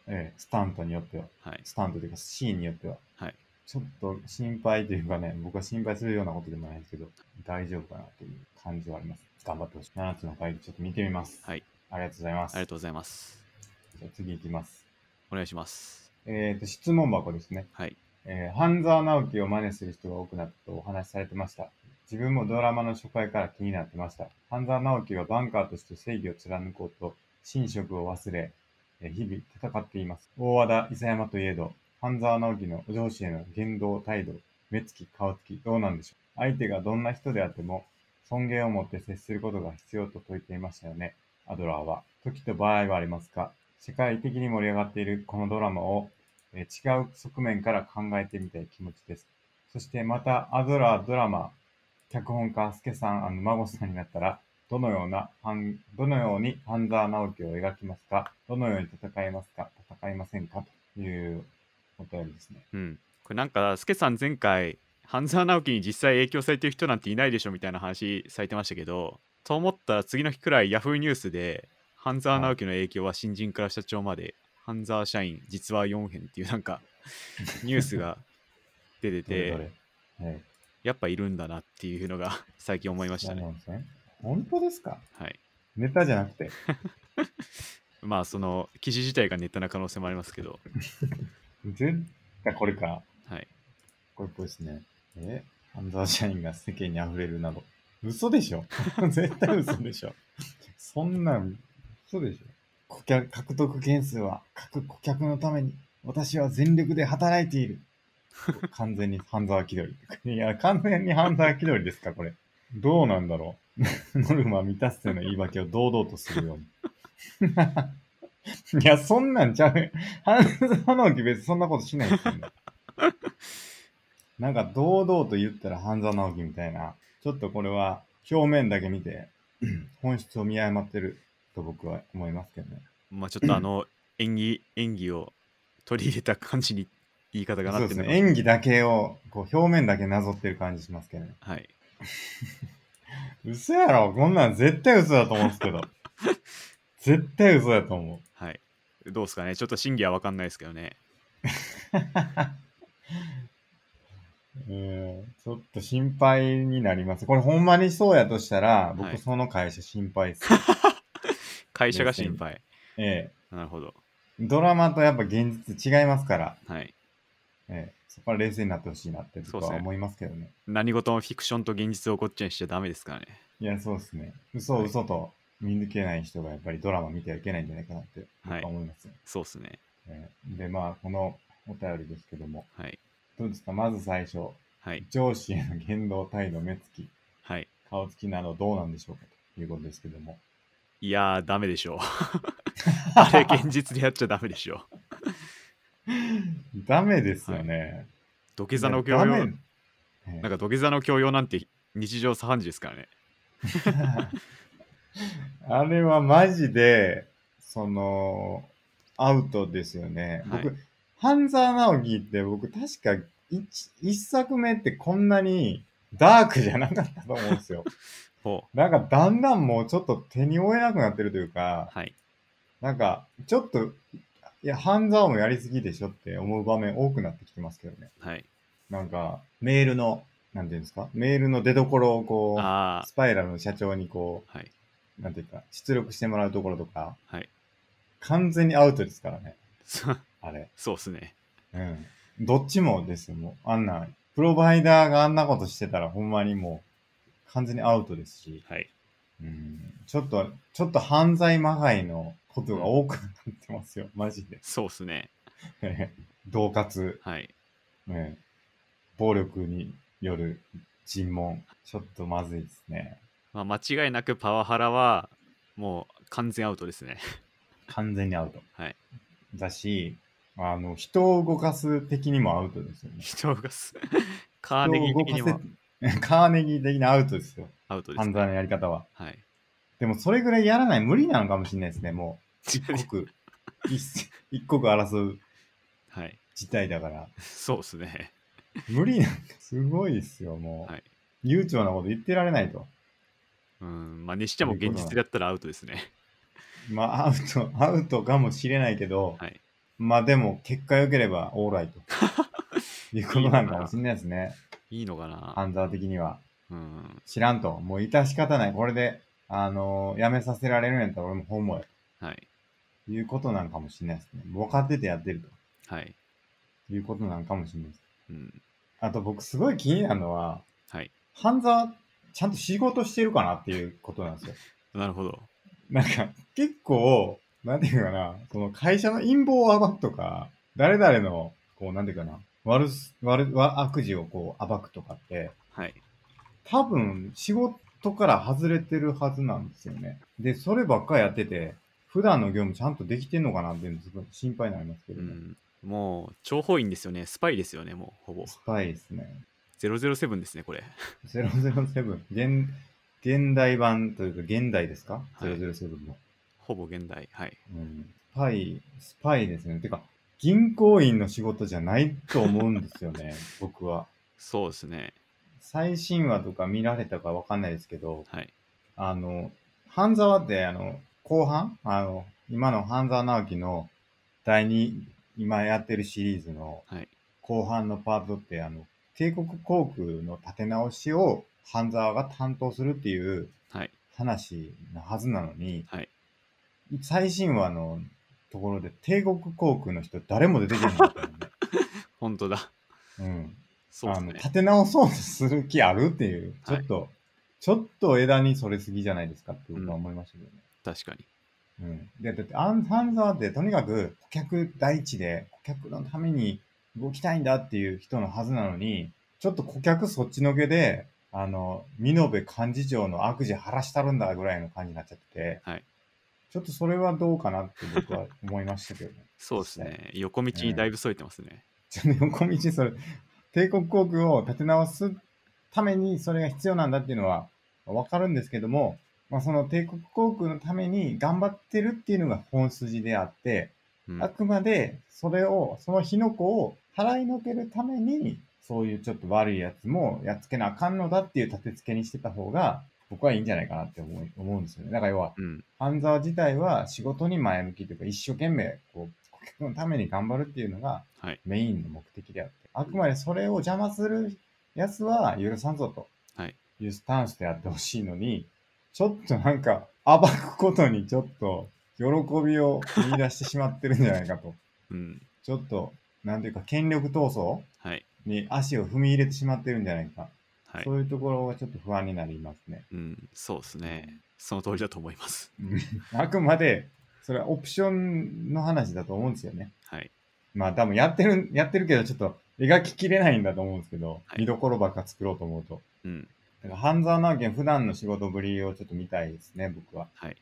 [SPEAKER 1] ええスタントによっては。
[SPEAKER 2] はい。
[SPEAKER 1] スタントというかシーンによっては。
[SPEAKER 2] はい。
[SPEAKER 1] ちょっと心配というかね、僕は心配するようなことでもないですけど、大丈夫かなという感じはあります。頑張ってほしい。7つの会議ちょっと見てみます。
[SPEAKER 2] はい。
[SPEAKER 1] ありがとうございます。
[SPEAKER 2] ありがとうございます。
[SPEAKER 1] じゃあ次行きます。
[SPEAKER 2] お願いします。
[SPEAKER 1] えっ、と、質問箱ですね。
[SPEAKER 2] はい。
[SPEAKER 1] えー、半沢直樹を真似する人が多くなったとお話しされてました。自分もドラマの初回から気になってました。半沢直樹はバンカーとして正義を貫こうと、寝食を忘れ、えー日々戦っています。大和田伊佐山といえど、半沢直樹の上司への言動、態度、目つき、顔つき、どうなんでしょう。相手がどんな人であっても、尊厳を持って接することが必要と説いていましたよね。アドラーは。時と場合はありますか世界的に盛り上がっているこのドラマをえー違う側面から考えてみたい気持ちです。そしてまた、アドラードラマ、脚本家、スケさん、あの、孫さんになったら、どのような、ハンどのように半沢直樹を描きますかどのように戦いますか戦いませんかというお便りですね。
[SPEAKER 2] うん。これなんか、スケさん前回、半沢直樹に実際影響されてる人なんていないでしょみたいな話されてましたけど、と思ったら次の日くらい Yahoo ニュースで、半沢直樹の影響は新人から社長まで、半沢社員実は4編っていうな
[SPEAKER 1] [laughs]
[SPEAKER 2] んか、ニュースが出て
[SPEAKER 1] どれど
[SPEAKER 2] て、
[SPEAKER 1] れ。え
[SPEAKER 2] やっぱいるんだなっていうのが [laughs] 最近思いま
[SPEAKER 1] ー
[SPEAKER 2] し
[SPEAKER 1] そ
[SPEAKER 2] た
[SPEAKER 1] う
[SPEAKER 2] ね
[SPEAKER 1] な。んですね。本当ですか
[SPEAKER 2] はい。
[SPEAKER 1] ネタじゃなくて。
[SPEAKER 2] まあ、その記事自体がネタな可能性もありますけど、
[SPEAKER 1] 絶対これか。
[SPEAKER 2] はい。
[SPEAKER 1] これっぽいですね。え半沢社員が世間に溢れるなど。嘘でしょ [laughs] 絶対嘘でしょそんなん、嘘でしょ顧客獲得件数は各顧客のために私は全力で働いている。完全に半沢気取り。いや、完全に半沢気取りですか、これ。どうなんだろう。ノルマ満たすというの言い訳を堂々とするように。 [laughs] いや、そんなんちゃうよ。半沢直樹別にそんなことしないですよね。なんか堂々と言ったら半沢直樹みたいな、ちょっとこれは表面だけ見て、 [clears throat] 本質を見誤ってると僕は思いますけどね。
[SPEAKER 2] まあ、ちょっと
[SPEAKER 1] [laughs]
[SPEAKER 2] あの、演技、演技を取り入れた感じに言い方が
[SPEAKER 1] そう
[SPEAKER 2] なっ
[SPEAKER 1] で
[SPEAKER 2] て
[SPEAKER 1] す
[SPEAKER 2] るの
[SPEAKER 1] ね。
[SPEAKER 2] かも
[SPEAKER 1] 演技だけを、こう表面だけなぞってる感じしますけどね。
[SPEAKER 2] はい。
[SPEAKER 1] 嘘やろこんなん絶対嘘だと思うんです
[SPEAKER 2] [laughs]
[SPEAKER 1] けど。絶対嘘だと思う。 [laughs]
[SPEAKER 2] はい。どうですかねちょっと真偽は分かんないですけどね。
[SPEAKER 1] えーちょっと心配になります。これほんまにそうやとしたら、
[SPEAKER 2] はい
[SPEAKER 1] 僕その会社心配です。
[SPEAKER 2] 会社が心配。
[SPEAKER 1] え
[SPEAKER 2] なるほど。
[SPEAKER 1] えドラマとやっぱ現実違いますから、
[SPEAKER 2] はい。
[SPEAKER 1] ええそこは冷静になってほしいなって
[SPEAKER 2] そう
[SPEAKER 1] 僕
[SPEAKER 2] で
[SPEAKER 1] は
[SPEAKER 2] すね
[SPEAKER 1] 思いますけどね。
[SPEAKER 2] 何事もフィクションと現実をごっちゃにしちゃダメですからね。
[SPEAKER 1] いや、そうですね。嘘を
[SPEAKER 2] はい
[SPEAKER 1] 嘘と見抜けない人がやっぱりドラマ見てはいけないんじゃないかなって僕
[SPEAKER 2] はい
[SPEAKER 1] は思いますね、
[SPEAKER 2] そうっすね。
[SPEAKER 1] ええで、まあ、このお便りですけども、
[SPEAKER 2] はい。
[SPEAKER 1] どうですかまず最初、
[SPEAKER 2] はい。
[SPEAKER 1] 上司への言動、態度、目つき、
[SPEAKER 2] はい。
[SPEAKER 1] 顔つきなどどうなんでしょうかということですけども。
[SPEAKER 2] いやー、ダメで
[SPEAKER 1] [laughs]
[SPEAKER 2] しょう。 [laughs] あれ、現実でやっちゃダメでしょう。
[SPEAKER 1] ダメですよね。
[SPEAKER 2] 土下座
[SPEAKER 1] い
[SPEAKER 2] の
[SPEAKER 1] や
[SPEAKER 2] 強要、
[SPEAKER 1] ダメ
[SPEAKER 2] なんか土下座の強要なんて日常茶飯事ですからね。
[SPEAKER 1] [laughs] あれはマジで、その、アウトですよね。
[SPEAKER 2] はい
[SPEAKER 1] 僕、半沢直樹って僕確か一一作目ってこんなにダークじゃなかったと思うんですよ。 [laughs]
[SPEAKER 2] ほう。
[SPEAKER 1] なんかだんだんもうちょっと手に負えなくなってるというか、
[SPEAKER 2] はい。
[SPEAKER 1] なんかちょっと、いや、半沢もやりすぎでしょって思う場面多くなってきてますけどね。
[SPEAKER 2] はい。
[SPEAKER 1] なんか、メールの、なんていうんですかメールの出所をこう、
[SPEAKER 2] あ
[SPEAKER 1] スパイラルの社長にこ
[SPEAKER 2] ー、はい。
[SPEAKER 1] う、なんていうか、出力してもらうところとか、
[SPEAKER 2] はい。 [laughs]
[SPEAKER 1] 完全にアウトですからね、
[SPEAKER 2] そ
[SPEAKER 1] あれ。
[SPEAKER 2] そうっすね。
[SPEAKER 1] うん。どっちもですよ、もう。あんな、プロバイダーがあんなことしてたら、ほんまにもう、完全にアウトですし、
[SPEAKER 2] はい。
[SPEAKER 1] うん。ちょっと、ちょっと犯罪まがいのことが多くなってますよ、マジで。 [laughs]
[SPEAKER 2] そうっすね。
[SPEAKER 1] 恫喝、
[SPEAKER 2] はい。
[SPEAKER 1] ね、暴力による尋問、ちょっとまずいですね。
[SPEAKER 2] まあ、間違いなくパワハラは、もう完全アウトですね。
[SPEAKER 1] 完全にアウト。
[SPEAKER 2] はい。
[SPEAKER 1] だし、あの、人を動かす的にもアウトですよね。
[SPEAKER 2] [laughs] 人を動かす。カーネギー的に
[SPEAKER 1] 人を動
[SPEAKER 2] も
[SPEAKER 1] かせ [laughs] カーネギー的なアウトですよ。
[SPEAKER 2] アウトです
[SPEAKER 1] 犯。罪のやり方は。
[SPEAKER 2] はい。
[SPEAKER 1] でも、それぐらいやらない無理なのかもしれないですね、も
[SPEAKER 2] [laughs]
[SPEAKER 1] う。一刻、一一刻争う
[SPEAKER 2] はい。 [laughs]
[SPEAKER 1] 事態だから。
[SPEAKER 2] そうっすね。
[SPEAKER 1] 無理なんか、すごいですよ、もう。
[SPEAKER 2] はい
[SPEAKER 1] 悠長なこと言ってられないと。
[SPEAKER 2] うん。まあ、にしても現実だったらアウトですね。
[SPEAKER 1] まあ、アウト、アウトかもしれないけど、
[SPEAKER 2] はい。
[SPEAKER 1] まあでも、結果良ければオーライ
[SPEAKER 2] [laughs]
[SPEAKER 1] と。いうことなんかもしれないですね。
[SPEAKER 2] いいのかな
[SPEAKER 1] 犯罪的には。
[SPEAKER 2] うん。
[SPEAKER 1] 知らんと。もう致し方ない。これで、あのー辞めさせられるんやったら俺も本望や。
[SPEAKER 2] はい。
[SPEAKER 1] いうことなんかもしれないですね。分かっててやってる
[SPEAKER 2] はい。
[SPEAKER 1] ということなんかもしれないです。
[SPEAKER 2] うん。
[SPEAKER 1] あと僕すごい気になるのは、
[SPEAKER 2] はい。
[SPEAKER 1] 半沢、ちゃんと仕事してるかなっていうことなんですよ。
[SPEAKER 2] なるほど。
[SPEAKER 1] なんか、結構、なんていうかな、その会社の陰謀を暴くとか、誰々の、こう、なんていうかな、悪す、悪、悪悪事をこう、暴くとかって、
[SPEAKER 2] はい。
[SPEAKER 1] 多分仕事から外れてるはずなんですよね。で、そればっかやってて、普段の業務ちゃんとできてんのかなっていうのすごい心配になりますけど
[SPEAKER 2] う
[SPEAKER 1] ね。
[SPEAKER 2] ん。もう、諜報員ですよね。スパイですよね、もう、ほぼ。
[SPEAKER 1] スパイですね。
[SPEAKER 2] 007ですね、これ。 [laughs]
[SPEAKER 1] 007、現、現代版というか現代ですか、
[SPEAKER 2] はい
[SPEAKER 1] ?007 も。
[SPEAKER 2] ほぼ現代。はい。
[SPEAKER 1] うん。スパイ、スパイですね。てか、銀行員の仕事じゃないと思うんですよ
[SPEAKER 2] [laughs]
[SPEAKER 1] ね、僕は。
[SPEAKER 2] そうですね。
[SPEAKER 1] 最新話とか見られたかわかんないですけど、
[SPEAKER 2] はい。
[SPEAKER 1] あの、半沢って、あの、後半あの、今の半沢直樹の第2、今やってるシリーズの
[SPEAKER 2] はい。
[SPEAKER 1] 後半のパートって、あの、帝国航空の立て直しを半沢が担当するっていう
[SPEAKER 2] はい。
[SPEAKER 1] 話なはずなのに、
[SPEAKER 2] はい。
[SPEAKER 1] 最新話のところで帝国航空の人誰も出てけなかったよね。
[SPEAKER 2] 本当だ。
[SPEAKER 1] うん。
[SPEAKER 2] [laughs] そうで
[SPEAKER 1] あ
[SPEAKER 2] す
[SPEAKER 1] の、
[SPEAKER 2] ね。
[SPEAKER 1] 立て直そうとする気あるっていう、ちょっと、ちょっと枝にそれすぎじゃないですかって僕は思いましたけどね。
[SPEAKER 2] 確かに。
[SPEAKER 1] うん。で、だって、アンハンザーってとにかく顧客第一で、顧客のために動きたいんだっていう人のはずなのに、ちょっと顧客そっちのけで、あの、見延幹事長の悪事晴らしたるんだぐらいの感じになっちゃってて、
[SPEAKER 2] はい
[SPEAKER 1] ちょっとそれはどうかなって僕は思いましたけどね。 [laughs]
[SPEAKER 2] そうですね。横道にだいぶそえてますね。
[SPEAKER 1] ちょっと横道、それ、帝国航空を立て直すためにそれが必要なんだっていうのはわかるんですけども、まあ、その帝国航空のために頑張ってるっていうのが本筋であって、
[SPEAKER 2] うん
[SPEAKER 1] あくまでそれを、その火の粉を払いのけるために、そういうちょっと悪いやつもやっつけなあかんのだっていう立て付けにしてた方が、僕はいいんじゃないかなって思う思うんですよね。だから要は、
[SPEAKER 2] うん。
[SPEAKER 1] 半沢自体は仕事に前向きというか、一生懸命、こう、顧客のために頑張るっていうのが
[SPEAKER 2] はい。
[SPEAKER 1] メインの目的であって、あくまでそれを邪魔するやつは許さんぞと
[SPEAKER 2] はい
[SPEAKER 1] いうスタンスでやってほしいのに、ちょっとなんか暴くことにちょっと喜びを見出してしまってるんじゃないかと。
[SPEAKER 2] うん。
[SPEAKER 1] ちょっと、なんていうか権力闘争
[SPEAKER 2] はい。
[SPEAKER 1] に足を踏み入れてしまってるんじゃないか。
[SPEAKER 2] はい
[SPEAKER 1] そ。ういうところがちょっと不安になりますね。
[SPEAKER 2] うん。そうですね。その通りだと思い [laughs] ます。
[SPEAKER 1] うんあくまで、それはオプションの話だと思うんですよね。
[SPEAKER 2] はい。
[SPEAKER 1] まあ多分やってる、やってるけど、ちょっと描ききれないんだと思うんですけど、
[SPEAKER 2] はい
[SPEAKER 1] 見どころばっか作ろうと思うと。
[SPEAKER 2] うん。
[SPEAKER 1] だから半沢直樹の普段の仕事ぶりをちょっと見たいですね、僕は。
[SPEAKER 2] はい。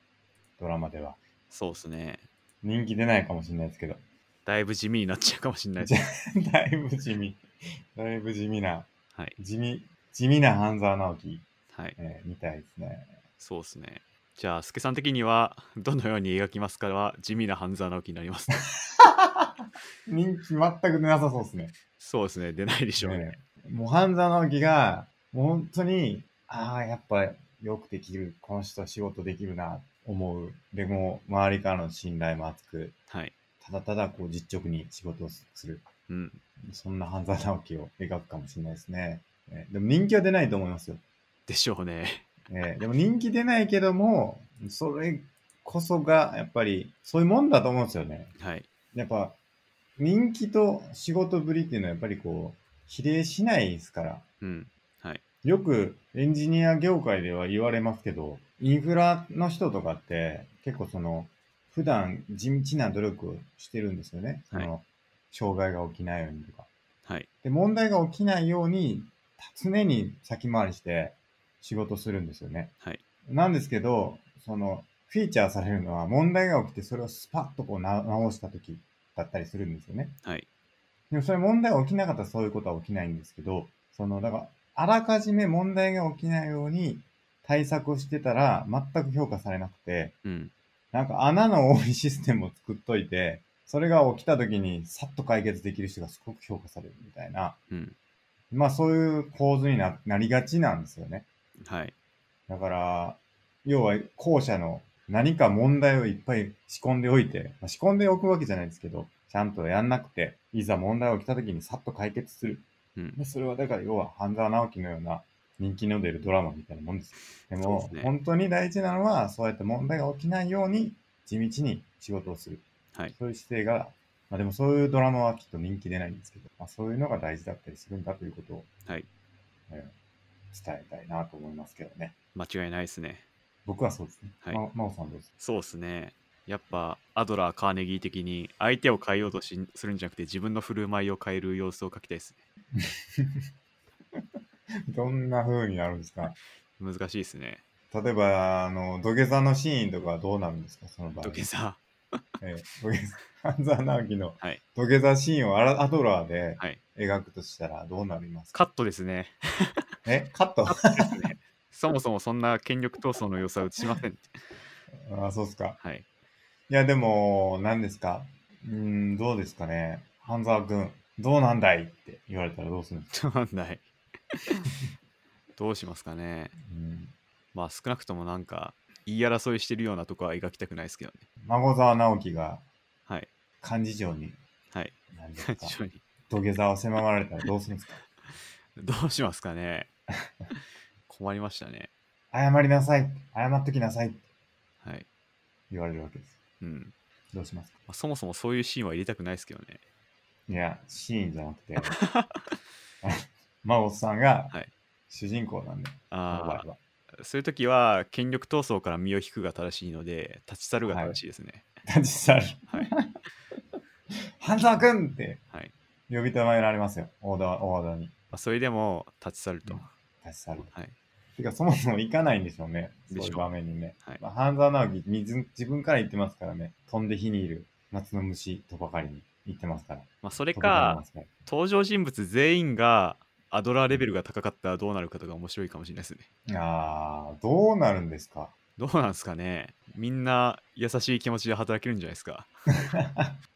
[SPEAKER 1] ドラマでは。
[SPEAKER 2] そうですね。
[SPEAKER 1] 人気出ないかもしれないですけど。 [laughs]
[SPEAKER 2] だいぶ地味になっちゃうかもしれないです。
[SPEAKER 1] だいぶ地味。だいぶ地味な、
[SPEAKER 2] はい。
[SPEAKER 1] 地味、地味な半沢直樹、
[SPEAKER 2] はい。
[SPEAKER 1] えー、見たいですね。
[SPEAKER 2] そうですね。じゃあ、スケさん的には、どのように描きますかは、地味な半沢直樹になり [laughs] ます、ね。
[SPEAKER 1] 人気全く出なさそうですね。
[SPEAKER 2] そうですね。出ないでしょうね。
[SPEAKER 1] ねもう半沢直樹が、もう本当に、ああ、やっぱよくできる、この人は仕事できるな、思う。でも、周りからの信頼も厚く、
[SPEAKER 2] はい。
[SPEAKER 1] ただただこう実直に仕事をする。
[SPEAKER 2] うん。
[SPEAKER 1] そんな半沢直樹を描くかもしれないですね。えーでも人気は出ないと思いますよ。
[SPEAKER 2] でしょうね。
[SPEAKER 1] えーでも人気出ないけども、それこそが、やっぱり、そういうもんだと思うんですよね。
[SPEAKER 2] はい。
[SPEAKER 1] やっぱ、人気と仕事ぶりっていうのはやっぱりこう、比例しないですから。
[SPEAKER 2] うん。はい。
[SPEAKER 1] よくエンジニア業界では言われますけど、インフラの人とかって結構その、普段地道な努力をしてるんですよね。その、障害が起きないようにとか。
[SPEAKER 2] はい。
[SPEAKER 1] で、問題が起きないように、常に先回りして仕事するんですよね。
[SPEAKER 2] はい。
[SPEAKER 1] なんですけど、その、フィーチャーされるのは問題が起きてそれをスパッとこうな直した時だったりするんですよね。
[SPEAKER 2] はい。
[SPEAKER 1] でもそれ問題が起きなかったらそういうことは起きないんですけど、その、だから、あらかじめ問題が起きないように対策をしてたら全く評価されなくて、
[SPEAKER 2] うん。
[SPEAKER 1] なんか穴の多いシステムを作っといて、それが起きた時にさっと解決できる人がすごく評価されるみたいな、
[SPEAKER 2] うん。
[SPEAKER 1] まあそういう構図にななりがちなんですよね。
[SPEAKER 2] はい。
[SPEAKER 1] だから、要は後者の何か問題をいっぱい仕込んでおいて、まあ仕込んでおくわけじゃないですけど、ちゃんとやんなくて、いざ問題が起きた時にさっと解決する。
[SPEAKER 2] うん。
[SPEAKER 1] でそれはだから要は半沢直樹のような人気の出るドラマみたいなもんです。でも
[SPEAKER 2] そうですね
[SPEAKER 1] 本当に大事なのは、そうやって問題が起きないように地道に仕事をする。
[SPEAKER 2] はい。
[SPEAKER 1] そういう姿勢が、まあでもそういうドラマはきっと人気出ないんですけど、まあ、そういうのが大事だったりするんだということを、
[SPEAKER 2] はい。
[SPEAKER 1] えー伝えたいなと思いますけどね。
[SPEAKER 2] 間違いないですね。
[SPEAKER 1] 僕はそうですね。
[SPEAKER 2] はい
[SPEAKER 1] ま、真央さんどうです
[SPEAKER 2] そうですね。やっぱアドラー・カーネギー的に相手を変えようとしするんじゃなくて自分の振る舞いを変える様子を描きたいですね。
[SPEAKER 1] どんな風になるんですか
[SPEAKER 2] 難しいですね。
[SPEAKER 1] 例えば、あの、土下座のシーンとかはどうなるんですかその場合。
[SPEAKER 2] 土下座。
[SPEAKER 1] ええ土下座。半沢直樹の
[SPEAKER 2] はい
[SPEAKER 1] 土下座シーンをアラアドラーで
[SPEAKER 2] はい。
[SPEAKER 1] 描くとしたらどうなりますか
[SPEAKER 2] カットですね。
[SPEAKER 1] えカット
[SPEAKER 2] [laughs] そもそもそんな権力闘争の様子は映しませんって。
[SPEAKER 1] あ、そうっすか。
[SPEAKER 2] はい。
[SPEAKER 1] いや、でも、何ですかうーん、どうですかね。半沢くん、どうなんだいって言われたらどうするんですか、
[SPEAKER 2] どうなんだい。どうしますかね。
[SPEAKER 1] うん、
[SPEAKER 2] まあ少なくともなんか言い争いしてるようなとこは描きたくないですけどね。
[SPEAKER 1] 孫沢直樹が
[SPEAKER 2] はい。
[SPEAKER 1] 幹事長に、
[SPEAKER 2] はい。
[SPEAKER 1] 何ですか
[SPEAKER 2] 非常に
[SPEAKER 1] 土下座を迫られたらどうするんですか
[SPEAKER 2] どうしますかね。困りましたね。
[SPEAKER 1] 謝りなさい、謝っときなさいって
[SPEAKER 2] はい。
[SPEAKER 1] 言われるわけです。
[SPEAKER 2] うん。
[SPEAKER 1] どうしますか
[SPEAKER 2] まあそもそもそういうシーンは入れたくないですけどね。
[SPEAKER 1] いや、シーンじゃなくて、真央さんが
[SPEAKER 2] はい
[SPEAKER 1] 主人公なんで、今
[SPEAKER 2] あ
[SPEAKER 1] 回は
[SPEAKER 2] あ、そういう時は権力闘争から身を引くが正しいので、立ち去るが正しいですね。
[SPEAKER 1] 立ち去る。
[SPEAKER 2] はい。
[SPEAKER 1] 半沢くんって
[SPEAKER 2] はい。
[SPEAKER 1] 呼び止められますよ、大田大和田に。
[SPEAKER 2] まあ、それでも立ち去ると。
[SPEAKER 1] うん立ち去る。
[SPEAKER 2] はい。
[SPEAKER 1] てか、そもそも行かないんでしょうね、そう
[SPEAKER 2] でしょう
[SPEAKER 1] いう場面にね。
[SPEAKER 2] はい
[SPEAKER 1] まあ、半沢直樹自、自分から言ってますからね、飛んで火にいる夏の虫とばかりに行ってますから。
[SPEAKER 2] まあ、それ
[SPEAKER 1] 飛び込み
[SPEAKER 2] か
[SPEAKER 1] ま、すら
[SPEAKER 2] 登場人物全員がアドラーレベルが高かったらどうなるかとか面白いかもしれないですね。
[SPEAKER 1] あー、どうなるんですか
[SPEAKER 2] どうなんですかね。みんな優しい気持ちで働けるんじゃないですか。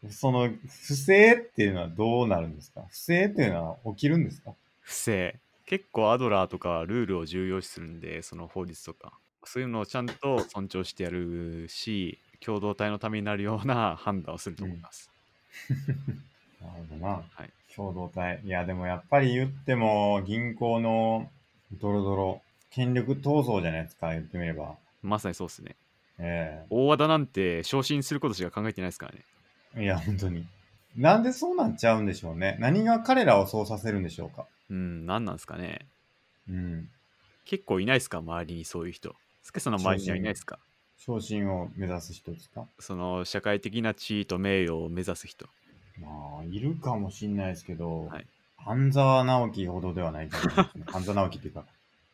[SPEAKER 1] その、不正っていうのはどうなるんですか不正っていうのは起きるんですか
[SPEAKER 2] 不正。結構アドラーとかルールを重要視するんで、その法律とか。そういうのをちゃんと尊重してやるし、共同体のためになるような判断をすると思います。
[SPEAKER 1] なるほどな。
[SPEAKER 2] はい
[SPEAKER 1] 共同体。いや、でもやっぱり言っても、銀行のドロドロ、権力闘争じゃないですか、言ってみれば。
[SPEAKER 2] まさにそうですね。
[SPEAKER 1] え
[SPEAKER 2] 大和田なんて昇進することしか考えてないですからね。
[SPEAKER 1] えいや、本当に。なんでそうなっちゃうんでしょうね。何が彼らをそうさせるんでしょうか。
[SPEAKER 2] うん、何なんですかね。
[SPEAKER 1] うん。
[SPEAKER 2] 結構いないですか周りにそういう人。スケさんの周りにはいないですか
[SPEAKER 1] 昇進を目指す人ですか
[SPEAKER 2] その社会的な地位と名誉を目指す人。
[SPEAKER 1] まあ、いるかもしんないですけど、
[SPEAKER 2] はい
[SPEAKER 1] 半沢直樹ほどではないかもしれないですね。半沢直樹っていうか、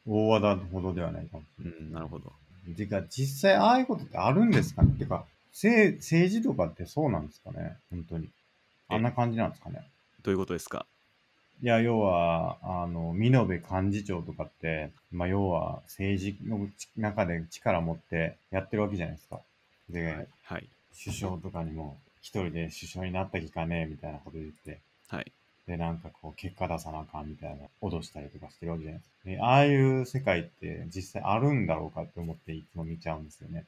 [SPEAKER 1] 大和田ほどではないかもしれ
[SPEAKER 2] う
[SPEAKER 1] ない。
[SPEAKER 2] ん、なるほど。
[SPEAKER 1] てか、実際ああいうことってあるんですかねてか、政政治とかってそうなんですかね本当に。
[SPEAKER 2] え
[SPEAKER 1] あんな感じなんですかね
[SPEAKER 2] どういうことですか
[SPEAKER 1] いや、要は、あの、見延幹事長とかって、まあ、要は政治の中で力持ってやってるわけじゃないですか。で、
[SPEAKER 2] はい。はい。
[SPEAKER 1] 首相とかにも、一人で首相になった日かねえみたいなこと言って、
[SPEAKER 2] はい。
[SPEAKER 1] で、なんかこう、結果出さなあかんみたいな、脅したりとかしてるわけじゃないですか。でああいう世界って実際あるんだろうかって思っていつも見ちゃうんですよね。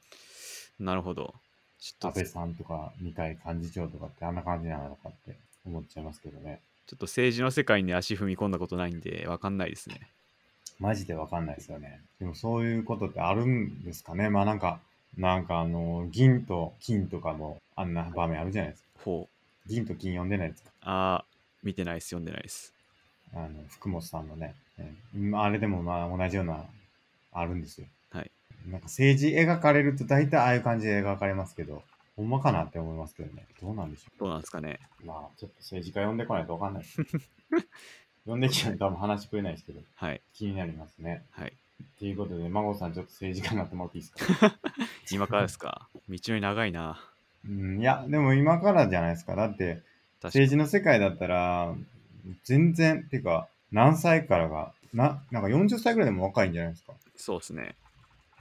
[SPEAKER 2] なるほど。ちょ
[SPEAKER 1] 安
[SPEAKER 2] っと、
[SPEAKER 1] 倍
[SPEAKER 2] ちょ
[SPEAKER 1] さんとか二階幹事長とかってあんな感じなのかって思っちゃいますけどね。
[SPEAKER 2] っと政治の世界に足踏み込んだことないんで、わかんないですね。
[SPEAKER 1] マジでわかんないですよね。でもそういうことってあるんですかね。まあなんか、なんかあの、銀と金とかのあんな場面あるじゃないですか。
[SPEAKER 2] ほう。
[SPEAKER 1] 銀と金読んでないですか。
[SPEAKER 2] あー、見てないです。読んでないです。
[SPEAKER 1] あの、福本さんのね。えーあれでもまあ同じような、あるんですよ。
[SPEAKER 2] はい。
[SPEAKER 1] なんか政治描かれると大体ああいう感じで描かれますけど、ほんまかなって思いますけどね。どうなんでしょう。
[SPEAKER 2] どうなんですかね。
[SPEAKER 1] まあ、ちょっと政治家呼んでこないとわか
[SPEAKER 2] [laughs]
[SPEAKER 1] んないです。呼んできたら多分話食えないですけど、
[SPEAKER 2] はい。
[SPEAKER 1] 気になりますね。
[SPEAKER 2] はい。
[SPEAKER 1] ということで、孫さん、ちょっと政治家になってもらっていいですか
[SPEAKER 2] 今からで
[SPEAKER 1] [laughs]
[SPEAKER 2] すか道のり長いな。
[SPEAKER 1] うん、いや、でも今からじゃないですか。だって、
[SPEAKER 2] 確かに。
[SPEAKER 1] 政治の世界だったら、全然、てか、何歳からが、な、なんか40歳ぐらいでも若いんじゃないですか。
[SPEAKER 2] そうですね。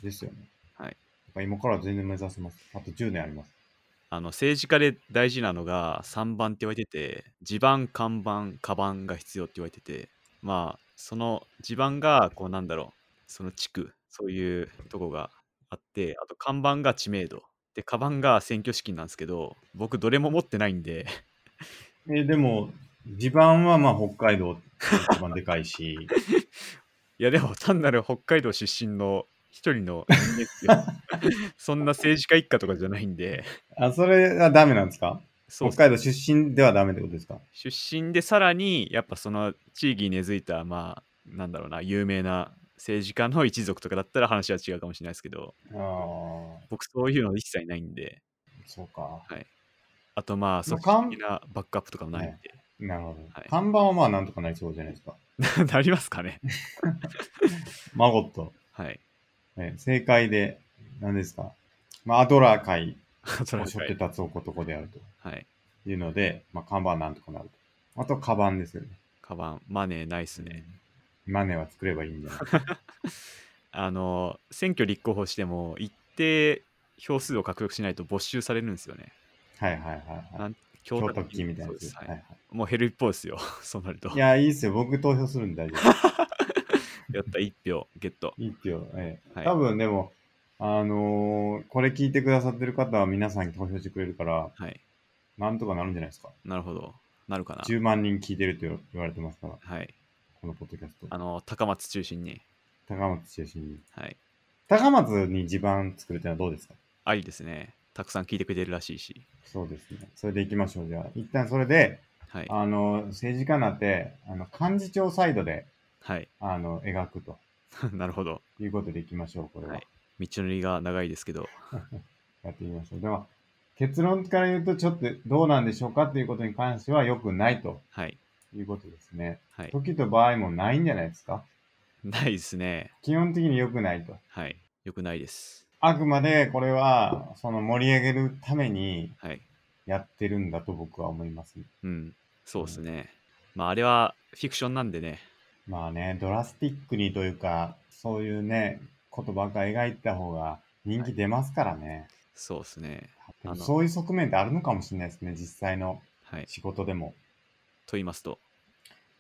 [SPEAKER 1] ですよね。
[SPEAKER 2] はい
[SPEAKER 1] やっぱ今から全然目指せます。あと10年あります。
[SPEAKER 2] あの政治家で大事なのが3番って言われてて地盤看板カバンが必要って言われててまあその地盤がこうなんだろうその地区そういうとこがあってあと看板が知名度でカバンが選挙資金なんですけど僕どれも持ってないんで
[SPEAKER 1] え、でも、地盤はまあ北海道が一番でかい
[SPEAKER 2] [laughs]
[SPEAKER 1] し、
[SPEAKER 2] いやでも単なる北海道出身の一人の人間ですよ [laughs] そんな政治家一家とかじゃないんで
[SPEAKER 1] あ、それはダメなんですか
[SPEAKER 2] そうっす
[SPEAKER 1] 北海道出身ではダメってことですか
[SPEAKER 2] 出身でさらにやっぱその地域に根付いたまあなんだろうな有名な政治家の一族とかだったら話は違うかもしれないですけど
[SPEAKER 1] ああ、
[SPEAKER 2] 僕そういうの一切ないんで
[SPEAKER 1] そうか。
[SPEAKER 2] あとまあ組
[SPEAKER 1] まあかん
[SPEAKER 2] 織的なバックアップとかもないんで、
[SPEAKER 1] なるほど。
[SPEAKER 2] はい
[SPEAKER 1] 看板はまあなんとかなりそうじゃないですか。
[SPEAKER 2] [laughs] なりますかね
[SPEAKER 1] マゴット。
[SPEAKER 2] はい
[SPEAKER 1] [laughs] ね正解で、何ですか。まあ、アドラー界
[SPEAKER 2] それ
[SPEAKER 1] を
[SPEAKER 2] は
[SPEAKER 1] 背負って立つ男である
[SPEAKER 2] はい
[SPEAKER 1] というので、まあ、看板なんとかなると。あと、カバンですよね。
[SPEAKER 2] カバンマネーないっすね、
[SPEAKER 1] マネは作ればいいんじゃないですか。
[SPEAKER 2] あの選挙立候補しても一定票数を獲得しないと没収されるんですよね [laughs]
[SPEAKER 1] はいはいはい、
[SPEAKER 2] な
[SPEAKER 1] はい。
[SPEAKER 2] ん
[SPEAKER 1] 京
[SPEAKER 2] 供託
[SPEAKER 1] 都金みたいな
[SPEAKER 2] そう
[SPEAKER 1] や
[SPEAKER 2] で
[SPEAKER 1] つ。
[SPEAKER 2] す、
[SPEAKER 1] は
[SPEAKER 2] はいい
[SPEAKER 1] はい、
[SPEAKER 2] もう減る一方ですよ [laughs] そうなると
[SPEAKER 1] いや、いいっすよ。僕投票するんで大丈夫。 [laughs]
[SPEAKER 2] やった1票ゲット
[SPEAKER 1] いいっすよ。ええ
[SPEAKER 2] はい
[SPEAKER 1] 多分でも、あのーこれ聞いてくださってる方は皆さんに投票してくれるから、
[SPEAKER 2] はい
[SPEAKER 1] なんとかなるんじゃないですか。
[SPEAKER 2] なるほど。なるかな。
[SPEAKER 1] 10万人聞いてると言われてますから、
[SPEAKER 2] はい。
[SPEAKER 1] このポッドキャスト。
[SPEAKER 2] あの、高松中心に。
[SPEAKER 1] 高松中心に。
[SPEAKER 2] はい。
[SPEAKER 1] 高松に地盤作るってのはどうですか
[SPEAKER 2] ありですね。たくさん聞いてくれてるらしいし。
[SPEAKER 1] そうですね。それで行きましょう。じゃあ、一旦それで、
[SPEAKER 2] はい。
[SPEAKER 1] あの、政治家になって、あの、幹事長サイドで、
[SPEAKER 2] はい。 [laughs]
[SPEAKER 1] あの、描くと
[SPEAKER 2] なるほど。
[SPEAKER 1] いうことで行きましょう。これは。
[SPEAKER 2] はい道のりが長いですけど。
[SPEAKER 1] やってみましょう。では、結論から言うと、ちょっとどうなんでしょうかということに関しては良くないと
[SPEAKER 2] はい。
[SPEAKER 1] いうことですね。
[SPEAKER 2] はい。
[SPEAKER 1] 時と場合もないんじゃないですか
[SPEAKER 2] ないですね。
[SPEAKER 1] 基本的に良くないと。
[SPEAKER 2] はい。よくないです。
[SPEAKER 1] あくまでこれは、その盛り上げるために
[SPEAKER 2] はい。
[SPEAKER 1] やってるんだと僕は思います。
[SPEAKER 2] うん。そうですね。まあ、あれはフィクションなんでね。
[SPEAKER 1] まあね、ドラスティックにというか、そういうね、ことばっか描いた方が人気出ますからね。
[SPEAKER 2] そうですね。あの
[SPEAKER 1] そういう側面ってあるのかもしれないですね、実際の
[SPEAKER 2] はい。と
[SPEAKER 1] 仕事でも。
[SPEAKER 2] 言いますと。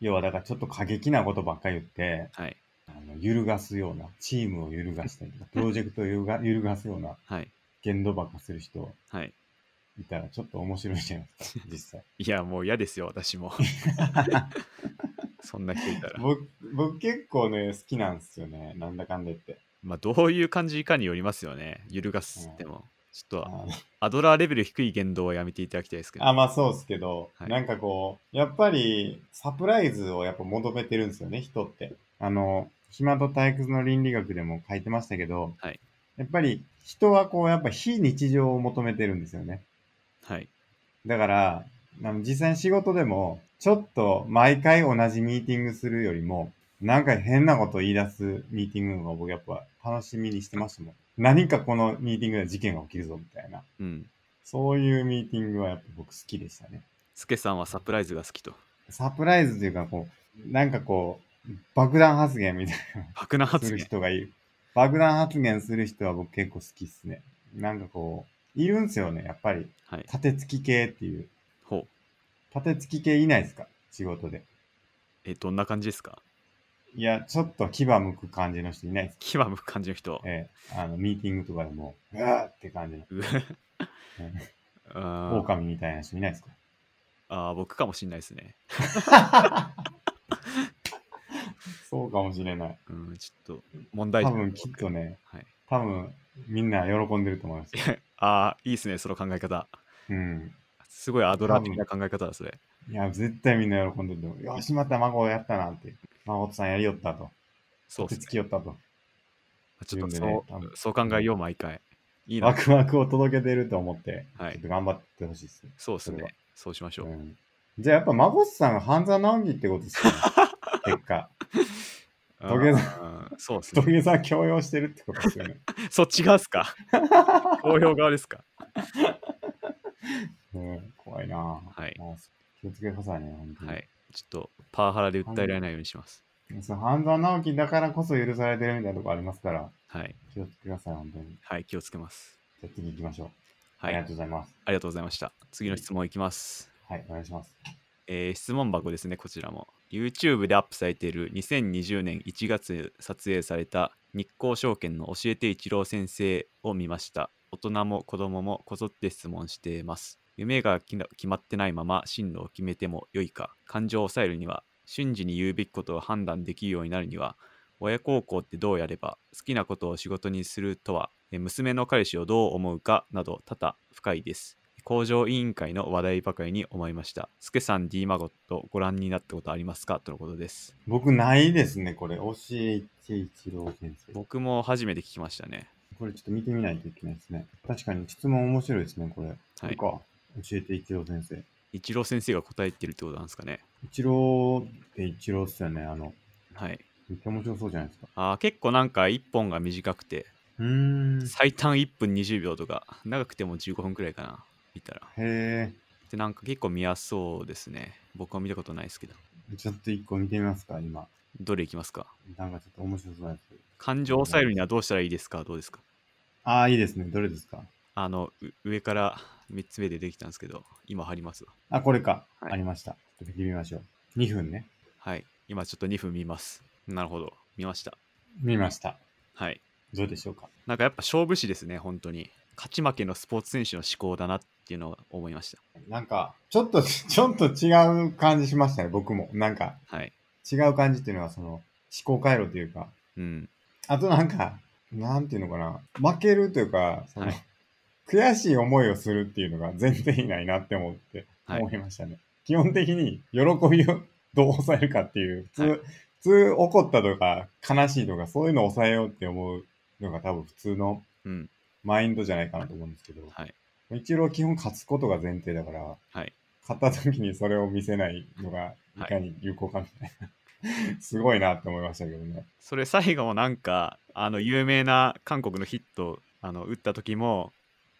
[SPEAKER 1] 要はだからちょっと過激なことばっかり言って、
[SPEAKER 2] はい。
[SPEAKER 1] あの揺るがすような、チームを
[SPEAKER 2] [laughs]
[SPEAKER 1] 揺るがしたりとか、プロジェクトを揺るが揺るがすような
[SPEAKER 2] はい。
[SPEAKER 1] 言動ばっかする人
[SPEAKER 2] はい。
[SPEAKER 1] いたらちょっと面白いじゃないですか、実
[SPEAKER 2] [laughs]
[SPEAKER 1] 際。
[SPEAKER 2] いや、もう嫌ですよ、
[SPEAKER 1] [laughs]
[SPEAKER 2] 私も。そんな人いたら。
[SPEAKER 1] 僕、僕結構ね、好きなんですよね、なんだかんだ言って。
[SPEAKER 2] まあ、どういう感じかによりますよね。揺るがすっても。ちょっと、
[SPEAKER 1] あ
[SPEAKER 2] アドラーレベル低い言動はやめていただきたいですけど。
[SPEAKER 1] あまあそうですけど、
[SPEAKER 2] はい
[SPEAKER 1] なんかこう、やっぱりサプライズをやっぱ求めてるんですよね、人って。あの、暇と退屈の倫理学でも書いてましたけど、
[SPEAKER 2] はい
[SPEAKER 1] やっぱり人はこう、やっぱ非日常を求めてるんですよね。
[SPEAKER 2] はい。
[SPEAKER 1] だから、あの実際に仕事でも、ちょっと毎回同じミーティングするよりも、なんか変なこと言い出すミーティングの方が僕やっぱ楽しみにしてましたもん。何かこのミーティングで事件が起きるぞみたいな。
[SPEAKER 2] うん。
[SPEAKER 1] そういうミーティングはやっぱ僕好きでしたね。
[SPEAKER 2] スケさんはサプライズが好きと。
[SPEAKER 1] サプライズというか、こう、なんかこう、爆弾発言みたい
[SPEAKER 2] 白な
[SPEAKER 1] なす
[SPEAKER 2] 発
[SPEAKER 1] る
[SPEAKER 2] 言。
[SPEAKER 1] 人がいる。爆弾発言する人は僕結構好きっすね。なんかこう、いるんすよね、やっぱり。
[SPEAKER 2] はい。
[SPEAKER 1] 立て付き系っていう。
[SPEAKER 2] ほう。
[SPEAKER 1] 立て付き系いないですか仕事で。
[SPEAKER 2] え、どんな感じですか
[SPEAKER 1] いや、ちょっと牙向く感じの人いないですか
[SPEAKER 2] 牙むく感じの人。
[SPEAKER 1] ええあの、ミーティングとかでも、うわーって感じの、
[SPEAKER 2] う
[SPEAKER 1] ね
[SPEAKER 2] [laughs] あー
[SPEAKER 1] 狼みたいな人いないですか
[SPEAKER 2] あー、僕かもしんないですね。
[SPEAKER 1] そうかもしれない。
[SPEAKER 2] うん、ちょっと、問題
[SPEAKER 1] 多
[SPEAKER 2] 児
[SPEAKER 1] 分きっとね、
[SPEAKER 2] はい。
[SPEAKER 1] 多分みんな喜んでると思います
[SPEAKER 2] [laughs]
[SPEAKER 1] よ。
[SPEAKER 2] ああ、いいですね、その考え方。
[SPEAKER 1] うん。
[SPEAKER 2] すごいアドラー的な考え方だ、それ。
[SPEAKER 1] いや、絶対みんな喜んでると思う。よし、また孫やったなって。孫さんやりよったと。
[SPEAKER 2] そうで
[SPEAKER 1] 手つ
[SPEAKER 2] すね。
[SPEAKER 1] きよったと。
[SPEAKER 2] ちょっと
[SPEAKER 1] 自
[SPEAKER 2] そ
[SPEAKER 1] 分で
[SPEAKER 2] う,、
[SPEAKER 1] ね多分
[SPEAKER 2] そう考えよう、毎回。いい
[SPEAKER 1] ワ
[SPEAKER 2] な。
[SPEAKER 1] クワクを届けてると思って、
[SPEAKER 2] はい
[SPEAKER 1] ちょっと頑張ってほしいですね。
[SPEAKER 2] そうです
[SPEAKER 1] それは
[SPEAKER 2] ね。そうしましょう。
[SPEAKER 1] うんじゃあやっぱ孫さんが半沢直樹ってことです
[SPEAKER 2] [laughs]
[SPEAKER 1] よね。結果。
[SPEAKER 2] あ
[SPEAKER 1] 土下座
[SPEAKER 2] ーそうです
[SPEAKER 1] 土
[SPEAKER 2] [laughs]
[SPEAKER 1] 下
[SPEAKER 2] ね。
[SPEAKER 1] 座強要してるってことですよね。 [laughs]
[SPEAKER 2] そっち側です [laughs] か投票側ですか
[SPEAKER 1] うん、怖いなぁ
[SPEAKER 2] はい
[SPEAKER 1] もう気をつけてくださいね、本当に。
[SPEAKER 2] はい。ちょっと、パワハラで訴えられないようにします。
[SPEAKER 1] その半沢直樹だからこそ許されてるみたいなとこありますから、
[SPEAKER 2] はい。
[SPEAKER 1] 気をつけてください、本当に。
[SPEAKER 2] はい、気をつけます。
[SPEAKER 1] じゃあ次行きましょう。
[SPEAKER 2] はい。
[SPEAKER 1] ありが
[SPEAKER 2] あ
[SPEAKER 1] とうございます。
[SPEAKER 2] りがとうございました。次の質問いきます。
[SPEAKER 1] はい、お願いします。
[SPEAKER 2] えー質問箱ですね、こちらも。YouTube でアップされている2020年1月撮影された日興証券の教えて一郎先生を見ました。大人も子供もこぞって質問しています。夢がきな決まってないまま進路を決めても良いか、感情を抑えるには、瞬時に言うべきことを判断できるようになるには、親孝行ってどうやれば、好きなことを仕事にするとは、えー娘の彼氏をどう思うかなど多々深いです。工場委員会の話題ばかりに思いました。スケさん、D マゴット、ご覧になったことありますかとのことです。
[SPEAKER 1] 僕ないですね、これ。教えて一郎先生。
[SPEAKER 2] 僕も初めて聞きましたね。
[SPEAKER 1] これちょっと見てみないといけないですね。確かに質問面白いですね、これ。これか。教えて一郎先生。
[SPEAKER 2] 一郎先生が答えてるってことなんですかね。
[SPEAKER 1] 一郎って一郎っすよね、あの、
[SPEAKER 2] はい。
[SPEAKER 1] めっちゃ面白そうじゃないですか。
[SPEAKER 2] あー結構なんか1本が短くて、
[SPEAKER 1] うーん。へ
[SPEAKER 2] 最短1分20秒とか、長くても15分くらいかな。見たら。
[SPEAKER 1] え。
[SPEAKER 2] で、なんか結構見やすそうですね。僕は見たことないですけど。
[SPEAKER 1] ちょっと一個見てみますか、今。
[SPEAKER 2] どれいきますか
[SPEAKER 1] なんかちょっと面白そうなやつ。
[SPEAKER 2] 感情を抑えるにはどうしたらいいですかどうですか
[SPEAKER 1] ああ、いいですね。どれですか
[SPEAKER 2] あの、う上から3つ目でできたんですけど、今貼りますわ。
[SPEAKER 1] あ、これか。
[SPEAKER 2] はい
[SPEAKER 1] ありました。ちょっと見てみましょう。2分ね。
[SPEAKER 2] はい。今ちょっと2分見ます。なるほど。見ました。
[SPEAKER 1] 見ました。
[SPEAKER 2] はい。
[SPEAKER 1] どうでしょうか。
[SPEAKER 2] なんかやっぱ勝負師ですね、本当に。勝ち負けのスポーツ選手の思考だなっていうのを思いました。
[SPEAKER 1] なんか、ちょっと、ちょっと違う感じしましたね、僕も。なんか、
[SPEAKER 2] はい。
[SPEAKER 1] 違う感じっていうのは、その、思考回路というか、
[SPEAKER 2] うん。
[SPEAKER 1] あとなんか、なんていうのかな、負けるというか、その、
[SPEAKER 2] はい
[SPEAKER 1] 悔しい思いをするっていうのが [laughs] 全然いないなって思って、
[SPEAKER 2] はい
[SPEAKER 1] 思いましたね。基本的に喜びを [laughs] どう抑えるかっていう、普通、
[SPEAKER 2] はい
[SPEAKER 1] 普通怒ったとか悲しいとかそういうのを抑えようって思うのが多分普通の
[SPEAKER 2] うん。
[SPEAKER 1] マインドじゃないかなと思うんですけど、
[SPEAKER 2] はい。
[SPEAKER 1] 一応基本勝つことが前提だから、
[SPEAKER 2] はい。
[SPEAKER 1] 勝った時にそれを見せないのがいかに有効かみたいな、 [laughs] すごいなって思いましたけどね。
[SPEAKER 2] それ最後もなんか、あの、有名な韓国のヒット、あの、打った時も、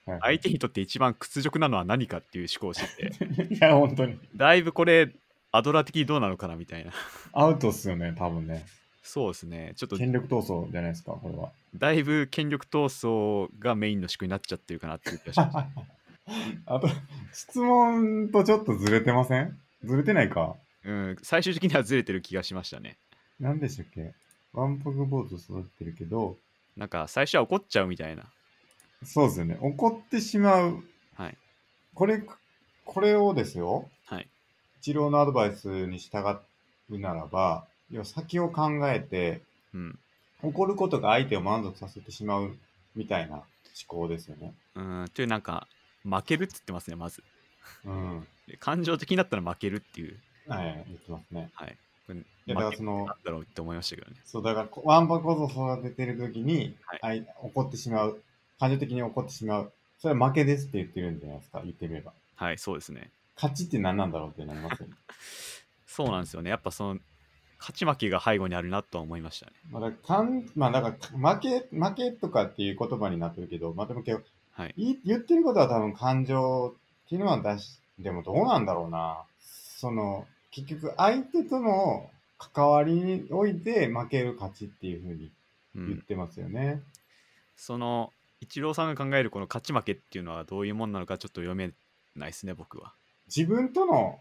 [SPEAKER 1] はい
[SPEAKER 2] 相手にとって一番屈辱なのは何かっていう思考をして
[SPEAKER 1] [laughs]
[SPEAKER 2] て、
[SPEAKER 1] いや、本当に。
[SPEAKER 2] だいぶこれ、アドラー的にどうなのかなみたいな。
[SPEAKER 1] アウトっすよね、多分ね。
[SPEAKER 2] そうですね。ちょっと、
[SPEAKER 1] 権力闘争じゃないですか、これは。 [laughs]
[SPEAKER 2] だいぶ権力闘争がメインの思考になっちゃってるかなっていう気がし
[SPEAKER 1] [laughs]
[SPEAKER 2] ます。
[SPEAKER 1] あと、質問とちょっとずれてませんずれてないか。
[SPEAKER 2] うん、最終的にはずれてる気がしましたね。
[SPEAKER 1] 何でしたっけワンパクボート育ててるけど、
[SPEAKER 2] なんか最初は怒っちゃうみたいな。
[SPEAKER 1] そうですよね。怒ってしまう
[SPEAKER 2] はい。
[SPEAKER 1] これ、これをですよ、
[SPEAKER 2] はい。
[SPEAKER 1] 一郎のアドバイスに従うならば、要は先を考えて、
[SPEAKER 2] うん。
[SPEAKER 1] 起こることが相手を満足させてしまうみたいな思考ですよね。
[SPEAKER 2] うーん、というなんか、負けるっつってますね、まず。
[SPEAKER 1] うん。
[SPEAKER 2] 感情的になったら負けるっていう。
[SPEAKER 1] はい、言ってますね。
[SPEAKER 2] はい。これ
[SPEAKER 1] いや、だからその
[SPEAKER 2] な、んだろうって思いましたけどね。
[SPEAKER 1] そう、だからこ、ワンパこそ育ててるときに、あい、怒ってしまう。感情的に怒ってしまう。それは負けですって言ってるんじゃないですか、言ってみれば。
[SPEAKER 2] はい、そうですね。
[SPEAKER 1] 勝ちって何なんだろうってなりますよね。
[SPEAKER 2] そうなんですよね。やっぱその、勝ち負けが背後にあるなとは思いましたね。
[SPEAKER 1] まあ、だからかん、まあ、だから、負け、負けとかっていう言葉になってるけど、まあ、でもけど、
[SPEAKER 2] はい。
[SPEAKER 1] い言ってることは多分感情っていうのは出し、でもどうなんだろうな。その、結局、相手との関わりにおいて負ける勝ちっていうふうに
[SPEAKER 2] う
[SPEAKER 1] 言っ
[SPEAKER 2] ん。
[SPEAKER 1] てますよね。
[SPEAKER 2] その、イチローさんが考えるこの勝ち負けっていうのはどういうもんなのかちょっと読めないですね、僕は。
[SPEAKER 1] 自分との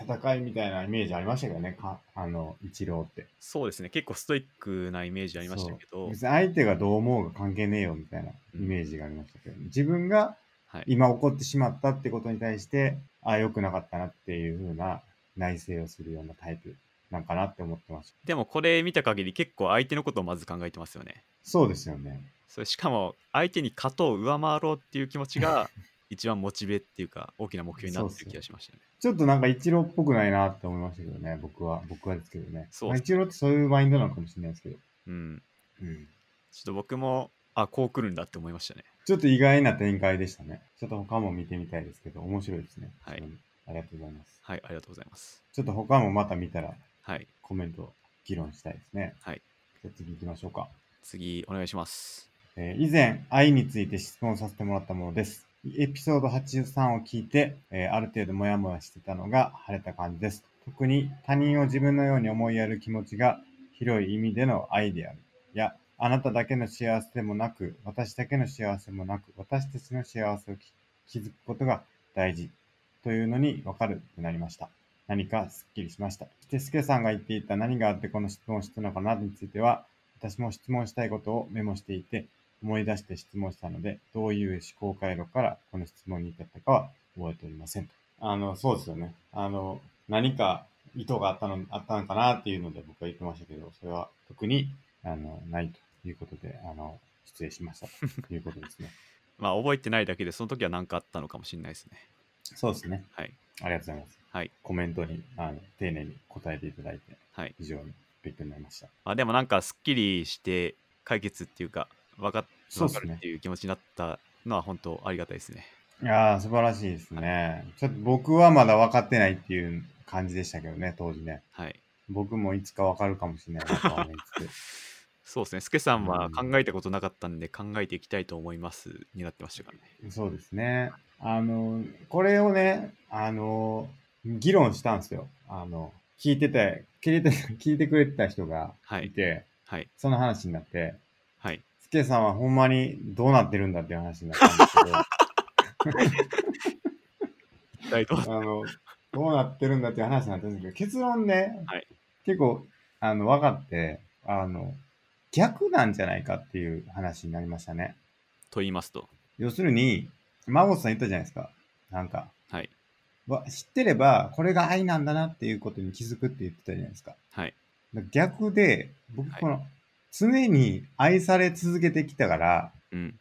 [SPEAKER 1] 戦いみたいなイメージありましたけどね、かあの、一郎って。
[SPEAKER 2] そうですね。結構ストイックなイメージありましたけ
[SPEAKER 1] そう
[SPEAKER 2] ど、
[SPEAKER 1] 別に相手がどう思うが関係ねえよみたいなイメージがありましたけど、自分が
[SPEAKER 2] はい。
[SPEAKER 1] 今起こってしまったってことに対して、ああ、良くなかったなっていうふうな内省をするようなタイプなんかなって思ってました。
[SPEAKER 2] でもこれ見た限り結構相手のことをまず考えてますよね。
[SPEAKER 1] そうですよね。
[SPEAKER 2] それしかも相手に勝とう上回ろうっていう気持ち
[SPEAKER 1] [laughs]
[SPEAKER 2] が一番モチベっていうか大きな目標になってる気がしましたね。
[SPEAKER 1] ちょっとなんか一郎っぽくないなって思いましたけどね、僕は。僕はですけどね。
[SPEAKER 2] そう
[SPEAKER 1] まあ一郎ってそういうマインドなのかもしれないですけど。
[SPEAKER 2] うん。
[SPEAKER 1] うん。
[SPEAKER 2] ちょっと僕もあこう来るんだって思いましたね。
[SPEAKER 1] ちょっと意外な展開でしたね。ちょっと他も見てみたいですけど、面白いですね。
[SPEAKER 2] はい
[SPEAKER 1] うん。ありがとうございます。
[SPEAKER 2] はい、ありがとうございます。
[SPEAKER 1] ちょっと他もまた見たら
[SPEAKER 2] はい、
[SPEAKER 1] コメント議論したいですね。
[SPEAKER 2] はい。
[SPEAKER 1] じゃあ次行きましょうか。
[SPEAKER 2] 次お願いします。
[SPEAKER 1] えー以前、愛について質問させてもらったものです。エピソード83を聞いて、えーある程度モヤモヤしてたのが晴れた感じです。特に他人を自分のように思いやる気持ちが広い意味での愛である。や、あなただけの幸せでもなく、私だけの幸せもなく、私たちの幸せをき気づくことが大事というのにわかるってなりました。何かすっきりしました。そして、すけさんが言っていた何があってこの質問をしたのかなについては、私も質問したいことをメモしていて、思い出して質問したので、どういう思考回路からこの質問に至ったかは覚えておりませんと。あの、そうですよね。あの、何か意図があったの、あったのかなっていうので僕は言ってましたけど、それは特に、あの、ないということで、あの、失礼しましたということですね。 [laughs]
[SPEAKER 2] まあ覚えてないだけでその時は何かあったのかもしれないですね。
[SPEAKER 1] そうですね。
[SPEAKER 2] はい、
[SPEAKER 1] ありがとうございます。
[SPEAKER 2] はい、
[SPEAKER 1] コメントに、あの、丁寧に答えていただいて、
[SPEAKER 2] はい。
[SPEAKER 1] 非常に勉強になりました。
[SPEAKER 2] まあでもなんかすっきりして解決っていうか分かっ
[SPEAKER 1] そう
[SPEAKER 2] 分
[SPEAKER 1] っす
[SPEAKER 2] か
[SPEAKER 1] ね
[SPEAKER 2] るっていう気持ちになったのは本当ありがたいですね。
[SPEAKER 1] いやー、素晴らしいですね。ちょっと僕はまだ分かってないっていう感じでしたけどね、当時ね。
[SPEAKER 2] はい。
[SPEAKER 1] 僕もいつかわかるかもしれないなとは思いつつ
[SPEAKER 2] そうですね、スケさん
[SPEAKER 1] う
[SPEAKER 2] は
[SPEAKER 1] ん
[SPEAKER 2] 考えたことなかったんで、考えていきたいと思いますになってましたからね。
[SPEAKER 1] そうですね。あの、これをね、あの、議論したんですよ。あの、聞いてて、聞いて、 [laughs] 聞いてくれてた人が
[SPEAKER 2] はいい、
[SPEAKER 1] て、
[SPEAKER 2] はい、
[SPEAKER 1] その話になって、
[SPEAKER 2] はい。
[SPEAKER 1] スケさんはほんまにどうなってるんだっていう話になったんですけど、
[SPEAKER 2] 一体どう [laughs]
[SPEAKER 1] あの、どうなってるんだっていう話になったんですけど、結論ね、
[SPEAKER 2] はい
[SPEAKER 1] 結構、あの、分かって、あの、逆なんじゃないかっていう話になりましたね。
[SPEAKER 2] と言いますと、
[SPEAKER 1] 要するに、孫さん言ったじゃないですか。なんか、
[SPEAKER 2] はい、
[SPEAKER 1] わ知ってれば、これが愛なんだなっていうことに気づくって言ってたじゃないですか。
[SPEAKER 2] はい、
[SPEAKER 1] だから逆で、僕、
[SPEAKER 2] はい
[SPEAKER 1] この、常に愛され続けてきたから、
[SPEAKER 2] うん、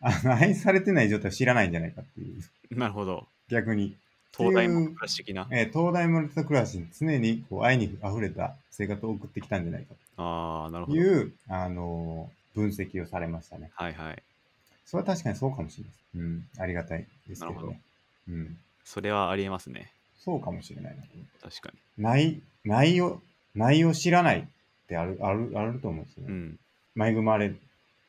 [SPEAKER 1] あの、愛されてない状態を知らないんじゃないかっていう、
[SPEAKER 2] なるほど。
[SPEAKER 1] 逆に。
[SPEAKER 2] 東大もクラシ的な。
[SPEAKER 1] えー東大村と暮らしに常にこう愛に溢れた生活を送ってきたんじゃないか
[SPEAKER 2] ああ、なる
[SPEAKER 1] と
[SPEAKER 2] ほ
[SPEAKER 1] い
[SPEAKER 2] ど。
[SPEAKER 1] う、あのー分析をされましたね。
[SPEAKER 2] はいはい。
[SPEAKER 1] それは確かにそうかもしれないです。うん、ありがたいですけど
[SPEAKER 2] なる
[SPEAKER 1] ね。うん、
[SPEAKER 2] それはありえますね。
[SPEAKER 1] そうかもしれないな。
[SPEAKER 2] 確か
[SPEAKER 1] 内、内容、内容知らないってある、ある、あると思うんですよ
[SPEAKER 2] に。う
[SPEAKER 1] ね。
[SPEAKER 2] ん、
[SPEAKER 1] 恵まれ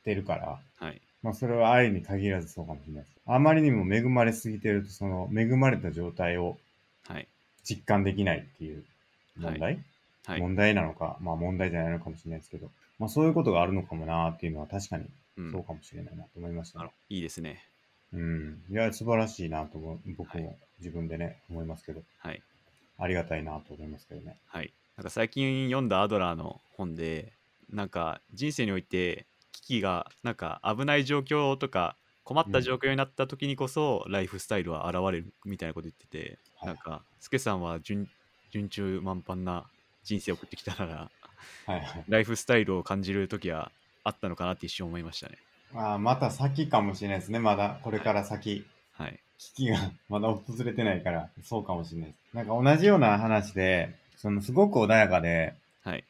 [SPEAKER 1] てるから、
[SPEAKER 2] はい。
[SPEAKER 1] まあそれは愛に限らずそうかもしれないです。あまりにも恵まれすぎてると、その恵まれた状態を
[SPEAKER 2] はい、
[SPEAKER 1] 実感できないっていう問題、
[SPEAKER 2] はい。
[SPEAKER 1] 問題なのか、まあ問題じゃないのかもしれないですけど、まあそういうことがあるのかもなーっていうのは確かに
[SPEAKER 2] うん、
[SPEAKER 1] そうかもしれないなと思いました
[SPEAKER 2] な
[SPEAKER 1] ね
[SPEAKER 2] る。いいですね。
[SPEAKER 1] うん。いや、素晴らしいなと思う、僕
[SPEAKER 2] は
[SPEAKER 1] も自分でね、思いますけど、
[SPEAKER 2] はい、
[SPEAKER 1] ありがたいなと思いますけどね。
[SPEAKER 2] はい。なんか最近読んだアドラーの本で、なんか人生において危機が、なんか危ない状況とか困った状況になった時にこそ、ライフスタイルは現れるみたいなこと言ってて、
[SPEAKER 1] はい
[SPEAKER 2] なんか、スケさんは順順中満帆な人生を送ってきたから、
[SPEAKER 1] はいはい。
[SPEAKER 2] ライフスタイルを感じる時はあったのかなって一瞬思いましたね。
[SPEAKER 1] ああ、また先かもしれないですね。まだ、これから先。
[SPEAKER 2] はい。
[SPEAKER 1] 危機が [laughs] まだ訪れてないから、そうかもしれないです。なんか同じような話で、そのすごく穏やかで、
[SPEAKER 2] はい。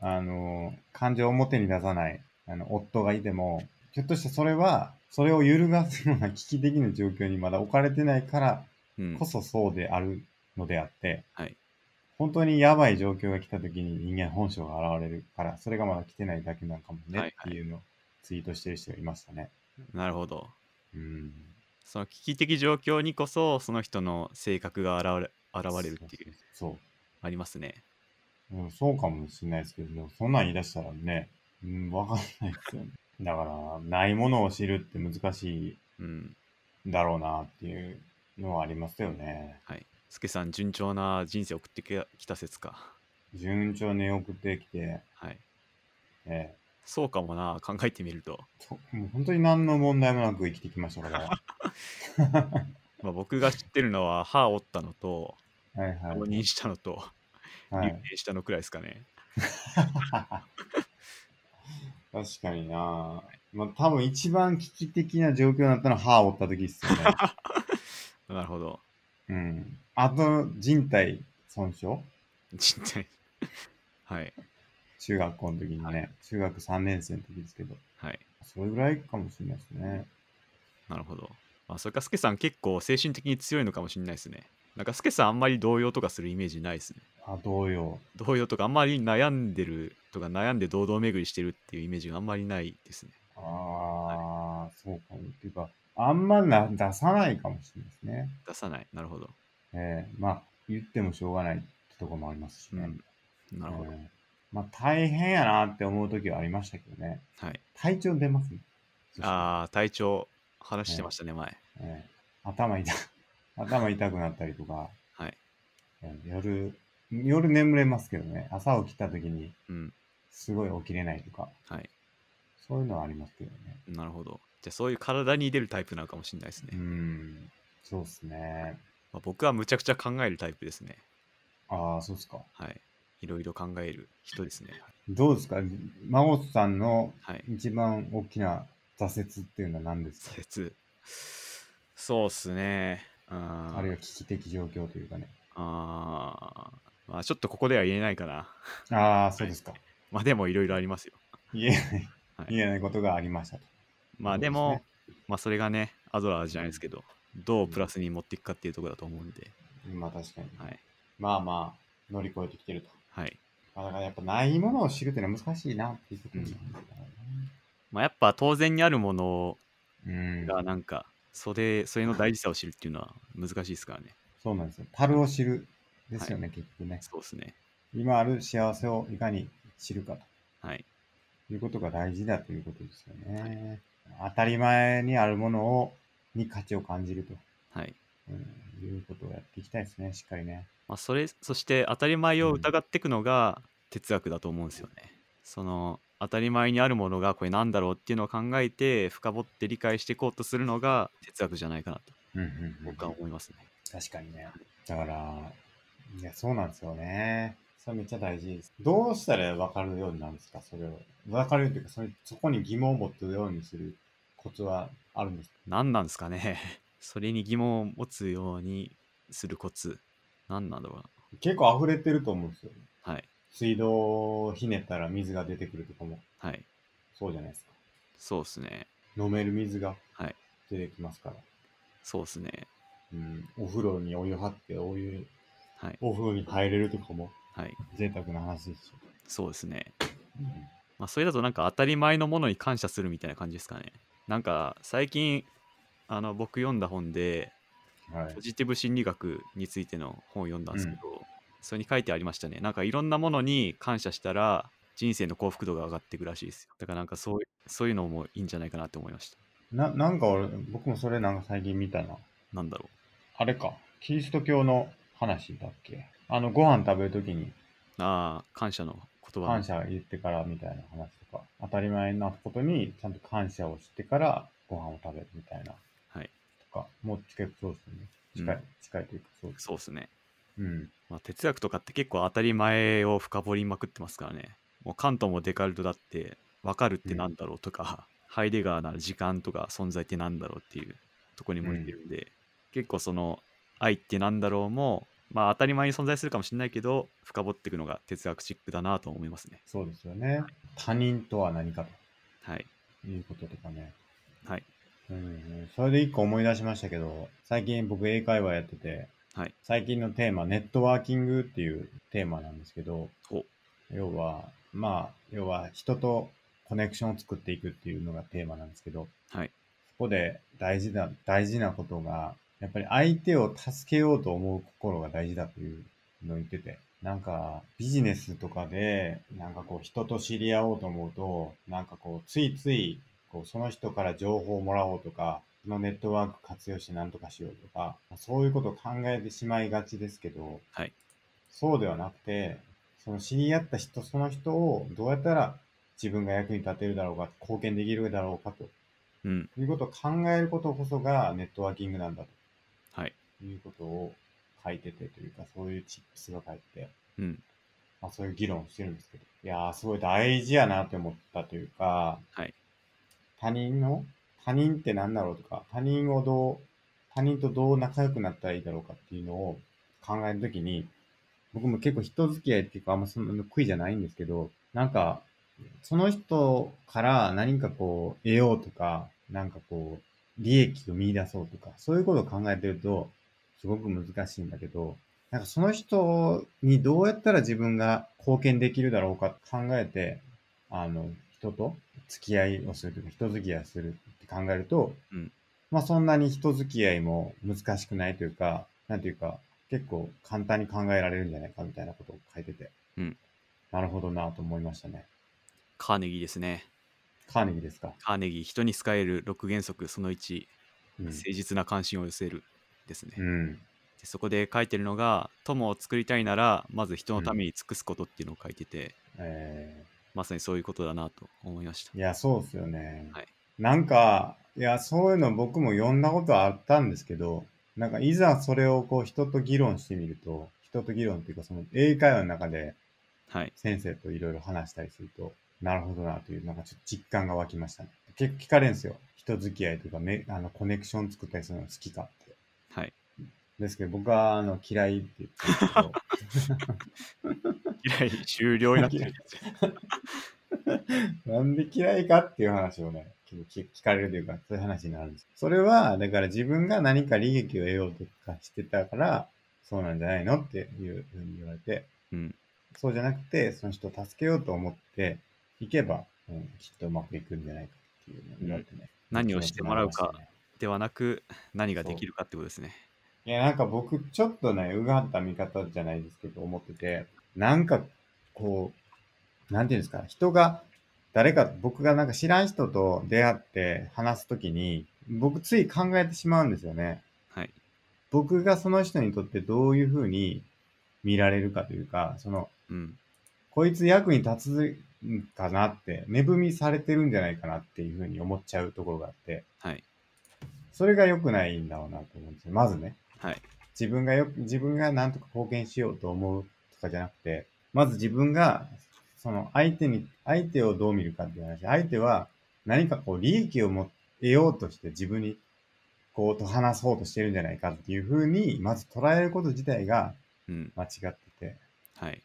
[SPEAKER 1] あの、感情を表に出さない、あの、夫がいても、ひょっとしてそれは、それを揺るがすような危機的な状況にまだ置かれてないから
[SPEAKER 2] うん
[SPEAKER 1] こ。そそうであるのであって、
[SPEAKER 2] はい。
[SPEAKER 1] 本当にやばい状況が来た時に人間本性が現れるから、それがまだ来てないだけなんかも
[SPEAKER 2] はい
[SPEAKER 1] ね
[SPEAKER 2] は
[SPEAKER 1] っ
[SPEAKER 2] い
[SPEAKER 1] ていうのをツイートしてる人がいましたね。
[SPEAKER 2] なるほど。
[SPEAKER 1] うん。
[SPEAKER 2] その危機的状況にこそ、その人の性格が現れ現れるっていう、
[SPEAKER 1] そう。
[SPEAKER 2] ありますね。
[SPEAKER 1] うん、そうかもしれないですけど、でもそんなん言い出したらね、うん、わかんないですよね。だから、ないものを知るって難し
[SPEAKER 2] うん。
[SPEAKER 1] いんだろうなっていうのはありますよね。
[SPEAKER 2] はい。スケさん、順調な人生を送ってきたきた説か。
[SPEAKER 1] 順調に送ってきて、
[SPEAKER 2] はい。
[SPEAKER 1] ええ
[SPEAKER 2] そうかもな、考えてみると。
[SPEAKER 1] ともう本当に何の問題もなく生きてきましたから。は
[SPEAKER 2] まあ、僕が知ってるのは、歯折ったのと、
[SPEAKER 1] いはい。
[SPEAKER 2] 誤認したのと、
[SPEAKER 1] は
[SPEAKER 2] 留
[SPEAKER 1] い、
[SPEAKER 2] 年したのくらいですかね。
[SPEAKER 1] 確かになまあ多分一番危機的な状況になったのは歯を折った時ですよね。
[SPEAKER 2] なるほど。
[SPEAKER 1] うん。あと、人体損傷
[SPEAKER 2] 人体。 [laughs] はい。
[SPEAKER 1] 中学校の時にね、中学3年生の時ですけど、
[SPEAKER 2] はい。
[SPEAKER 1] それぐらいかもしれないですね。
[SPEAKER 2] なるほど。まあ、それか、スケさん結構精神的に強いのかもしれないですね。なんか、スケさんあんまり動揺とかするイメージないですね。
[SPEAKER 1] あ、同様。
[SPEAKER 2] 動揺とか、あんまり悩んでるとか、悩んで堂々巡りしてるっていうイメージがあんまりないですね。
[SPEAKER 1] ああ、そうかも。っていうか、あんまな出さないかもしれないですね。
[SPEAKER 2] 出さない。なるほど。
[SPEAKER 1] えーまあ、言ってもしょうがないってとこもありますし
[SPEAKER 2] う
[SPEAKER 1] ね。
[SPEAKER 2] ん。なるほど。
[SPEAKER 1] えーまあ、大変やなって思う時はありましたけどね。
[SPEAKER 2] はい。
[SPEAKER 1] 体調出ますね。
[SPEAKER 2] ああ、体調、話してましたね、前。
[SPEAKER 1] えー頭痛、 [laughs] 頭痛くなったりとか、
[SPEAKER 2] はい。
[SPEAKER 1] えー夜、夜眠れますけどね、朝起きた時に
[SPEAKER 2] うん。
[SPEAKER 1] すごい起きれないとか、
[SPEAKER 2] はい。
[SPEAKER 1] そういうのはありますけどね。
[SPEAKER 2] なるほど。じゃあ、そういう体に出るタイプなのかもしれないですね
[SPEAKER 1] う。ん、そうですね。
[SPEAKER 2] まあ、僕はむちゃくちゃ考えるタイプですね。
[SPEAKER 1] ああ、そうですか。
[SPEAKER 2] はい。いろいろ考える人ですね。
[SPEAKER 1] どうですか孫さんの
[SPEAKER 2] はい。
[SPEAKER 1] 一番大きな挫折っていうのは何ですか
[SPEAKER 2] 説。そうっすね。あ
[SPEAKER 1] あるいは危機的状況というかね。
[SPEAKER 2] あーまあ、ちょっとここでは言えないかな。 [laughs]
[SPEAKER 1] ああ、そうですか。
[SPEAKER 2] まあでもいろいろありますよ。
[SPEAKER 1] 言えない、
[SPEAKER 2] はい
[SPEAKER 1] 言えないことがありましたと。
[SPEAKER 2] まあでも、まあそれがね、アドラーじゃないですけど、どうプラスに持っていくかっていうところだと思うんで、
[SPEAKER 1] まあ確かに。
[SPEAKER 2] はい。
[SPEAKER 1] まあまあ、乗り越えてきてると。
[SPEAKER 2] はい。
[SPEAKER 1] まあ、だからやっぱないものを知るっていうのは難しいなっていうことなんだろ
[SPEAKER 2] まあやっぱ当然にあるもの
[SPEAKER 1] うね。うん。
[SPEAKER 2] がなんか、それ、それの大事さを知るっていうのは難しいですからね。
[SPEAKER 1] そうなんですよ。樽を知るですよね、結局ね。
[SPEAKER 2] そうっすね。
[SPEAKER 1] 今ある幸せをいかに知るかと。
[SPEAKER 2] はい。
[SPEAKER 1] いうことが大事だということですよね。当たり前にあるものを、に価値を感じると、
[SPEAKER 2] はい。
[SPEAKER 1] うん、いうことをやっていきたいですね、しっかりね。
[SPEAKER 2] まあ、それそして当たり前を
[SPEAKER 1] うん
[SPEAKER 2] 疑っていくのが哲学だと思うんですよね。その当たり前にあるものがこれなんだろうっていうのを考えて深掘って理解していこうとするのが哲学じゃないかなと
[SPEAKER 1] うんうんうん
[SPEAKER 2] 僕は思いますね。
[SPEAKER 1] 確かにね。だから、いや、そうなんですよね。それめっちゃ大事です。どうしたら分かるようになるんですかそれを。分かるようというか、それそこに疑問を持つようにするコツはあるんですか
[SPEAKER 2] 何なんですかね [laughs] それに疑問を持つようにするコツ何なんだろう
[SPEAKER 1] 結構溢れてると思うんですよ。
[SPEAKER 2] な。はい
[SPEAKER 1] 水道をひねったら水が出てくるとかも
[SPEAKER 2] はい
[SPEAKER 1] そうじゃないですか。
[SPEAKER 2] そうですね
[SPEAKER 1] 飲める水が
[SPEAKER 2] はい
[SPEAKER 1] 出てきますから。
[SPEAKER 2] そうですね
[SPEAKER 1] うん、お風呂にお湯張って、お湯、
[SPEAKER 2] はい
[SPEAKER 1] お風呂に入れるとかも
[SPEAKER 2] はい
[SPEAKER 1] 贅沢な話ですし。
[SPEAKER 2] そうですね。
[SPEAKER 1] うん
[SPEAKER 2] まあ、それだとなんか当たり前のものに感謝するみたいな感じですかね。なんか最近あの僕読んだ本で
[SPEAKER 1] はい
[SPEAKER 2] ポ。ジティブ心理学についての本を読んだんですけど、それに書いてありましたねなんかいろんなものに感謝したら人生の幸福度が上がっていくらしいですよだからなんかそういうそういうのもいいんじゃないかなって思いました
[SPEAKER 1] な、なんか俺、僕もそれなんか最近見たな。
[SPEAKER 2] なんだろ
[SPEAKER 1] あれか、キリスト教の話だっけあの、ご飯食べるときに
[SPEAKER 2] うああ感謝の言葉
[SPEAKER 1] 感謝言ってからみたいな話とか、当たり前なことにちゃんと感謝をしてからご飯を食べるみたいな。
[SPEAKER 2] はい。
[SPEAKER 1] とか、もう近くそうですよね。近い、
[SPEAKER 2] う
[SPEAKER 1] 近いというかそうです。
[SPEAKER 2] そうですね。
[SPEAKER 1] うん。
[SPEAKER 2] まあ、哲学とかって結構当たり前を深掘りまくってますからね。もうカントもデカルトだって、分かるってなんだろうとか、ハイデガーなら時間とか存在ってなんだろうっていうとこにも似てるんで、結構その愛ってなんだろうも、まあ当たり前に存在するかもしれないけど、深掘っていくのが哲学チックだなと思いますね。
[SPEAKER 1] そうですよね。他人とは何か
[SPEAKER 2] はい。
[SPEAKER 1] ということとかね。
[SPEAKER 2] はい。
[SPEAKER 1] うんうん、それで一個思い出しましたけど、最近僕英会話やってて、
[SPEAKER 2] はい
[SPEAKER 1] 最近のテーマ、ネットワーキングっていうテーマなんですけど、
[SPEAKER 2] お
[SPEAKER 1] 要は、まあ、要は人とコネクションを作っていくっていうのがテーマなんですけど、
[SPEAKER 2] はい。
[SPEAKER 1] そこで大事な、大事なことが、やっぱり相手を助けようと思う心が大事だというのを言ってて、なんかビジネスとかで、なんかこう人と知り合おうと思うと、なんかこうついつい、こうその人から情報をもらおうとか、そのネットワーク活用して何とかしようとか、そういうことを考えてしまいがちですけど、
[SPEAKER 2] はい
[SPEAKER 1] そうではなくて、その知り合った人その人をどうやったら自分が役に立てるだろうか、貢献できるだろうかと
[SPEAKER 2] うん。
[SPEAKER 1] ということを考えることこそがネットワーキングなんだ
[SPEAKER 2] はい。
[SPEAKER 1] ということを書いててというか、そういうチップスが書いてて、
[SPEAKER 2] うん。
[SPEAKER 1] まあ、そういう議論をしてるんですけど、いやー、すごい大事やなって思ったというか、
[SPEAKER 2] はい
[SPEAKER 1] 他人の、他人って何だろうとか、他人をどう、他人とどう仲良くなったらいいだろうかっていうのを考えるときに、僕も結構人付き合いっていうか、あんまそんなの悔いじゃないんですけど、なんか、その人から何かこう、得ようとか、なんかこう、利益を見出そうとか、そういうことを考えてると、すごく難しいんだけど、なんかその人にどうやったら自分が貢献できるだろうか考えて、あの、人と付き合いをするというか、人付き合いをするって考えると、
[SPEAKER 2] うん
[SPEAKER 1] まあそんなに人付き合いも難しくないというか、なんていうか、結構簡単に考えられるんじゃないかみたいなことを書いてて、
[SPEAKER 2] うん
[SPEAKER 1] なるほどなと思いましたね。
[SPEAKER 2] カーネギーですね。
[SPEAKER 1] カーネギーですか。
[SPEAKER 2] カーネギー、人に好かれる6原則その1、
[SPEAKER 1] うん。
[SPEAKER 2] 誠実な関心を寄せるですね。
[SPEAKER 1] うん。
[SPEAKER 2] でそこで書いてるのが友を作りたいならまず人のために尽くすことっていうのを書いてて、
[SPEAKER 1] え
[SPEAKER 2] まさにそういうことだなと思いました
[SPEAKER 1] ー、いや、そうですよね。
[SPEAKER 2] はい
[SPEAKER 1] なんか、いや、そういうの僕も読んだことあったんですけど、なんかいざそれをこう人と議論してみると、人と議論っていうかその英会話の中で
[SPEAKER 2] はい
[SPEAKER 1] 先生といろいろ話したりすると、なるほどなという、なんかちょっと実感が湧きましたね。結構聞かれるんですよ。人付き合いとかめあのコネクション作ったりするの好きかって。
[SPEAKER 2] はい
[SPEAKER 1] ですけど、僕はあの嫌いって言ってるんですけど、
[SPEAKER 2] 嫌い終了になってる
[SPEAKER 1] なんで嫌いかっていう話をね、結構聞聞かれるというか、そういう話になるんです。それは、だから自分が何か利益を得ようとかしてたから、そうなんじゃないのっていうふうに言われて、
[SPEAKER 2] うん
[SPEAKER 1] そうじゃなくて、その人を助けようと思っていけば、うん、きっとうまくいくんじゃないかっていうのを言われてね。
[SPEAKER 2] [laughs] 何をしてもらう
[SPEAKER 1] 気持ち
[SPEAKER 2] か
[SPEAKER 1] になりましたね
[SPEAKER 2] ではなく何ができるかってことですね
[SPEAKER 1] いや、なんか僕、ちょっとね、うがった見方じゃないですけど、思ってて、なんか、こう、なんていうんですか、人が、誰か、僕がなんか知らん人と出会って話すときに、僕つい考えてしまうんですよね。
[SPEAKER 2] はい
[SPEAKER 1] 僕がその人にとってどういうふうに見られるかというか、その、
[SPEAKER 2] うん
[SPEAKER 1] こいつ役に立つんかなって、目踏みされてるんじゃないかなっていうふうに思っちゃうところがあって、
[SPEAKER 2] はい
[SPEAKER 1] それが良くないんだろうなと思うんですよ。まずね。
[SPEAKER 2] はい
[SPEAKER 1] 自分がよく、自分がなんとか貢献しようと思うとかじゃなくて、まず自分が、その相手に、相手をどう見るかっていう話、相手は何かこう利益をも得ようとして自分に、こうと話そうとしてるんじゃないかっていうふうに、まず捉えること自体が
[SPEAKER 2] うん
[SPEAKER 1] 間違ってて、
[SPEAKER 2] はい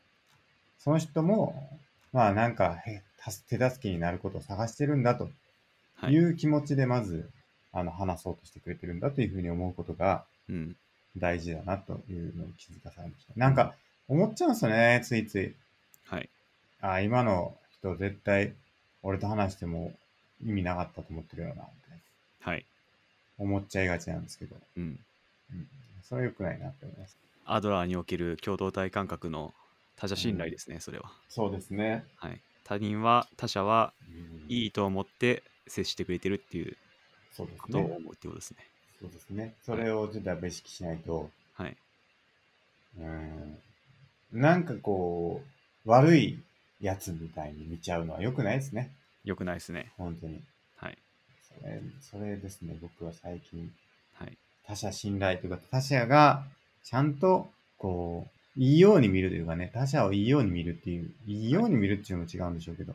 [SPEAKER 1] その人も、まあなんか、へ手助けになることを探してるんだと
[SPEAKER 2] はいいう
[SPEAKER 1] 気持ちで、まず、あの、話そうとしてくれてるんだというふうに思うことが、
[SPEAKER 2] うん
[SPEAKER 1] 大事だなというのを気づかされました。なんか、思っちゃうんですよね、ついつい。
[SPEAKER 2] はい
[SPEAKER 1] ああ、今の人絶対、俺と話しても意味なかったと思ってるよな、みたいな。
[SPEAKER 2] はい
[SPEAKER 1] 思っちゃいがちなんですけど。
[SPEAKER 2] うん
[SPEAKER 1] うん、それは良くないなって思います。
[SPEAKER 2] アドラーにおける共同体感覚の他者信頼ですね、それは
[SPEAKER 1] そうですね。
[SPEAKER 2] はい他人は他者は
[SPEAKER 1] うん、
[SPEAKER 2] いいと思って接してくれてるっていう
[SPEAKER 1] そうで
[SPEAKER 2] こ
[SPEAKER 1] す
[SPEAKER 2] とを
[SPEAKER 1] ね。
[SPEAKER 2] 思うってことですね
[SPEAKER 1] そうですね。それをちょっとやっぱ意識しないと、
[SPEAKER 2] はい
[SPEAKER 1] うん、なんかこう、悪いやつみたいに見ちゃうのは良くないですね。
[SPEAKER 2] 良くないですね
[SPEAKER 1] 本当に。
[SPEAKER 2] はい
[SPEAKER 1] それそれですね、僕は最近。
[SPEAKER 2] はい。
[SPEAKER 1] 他者信頼というか、他者がちゃんと、こう、いいように見るというかね、他者をいいように見るっていう、いいように見るっていうのも違うんでしょうけど、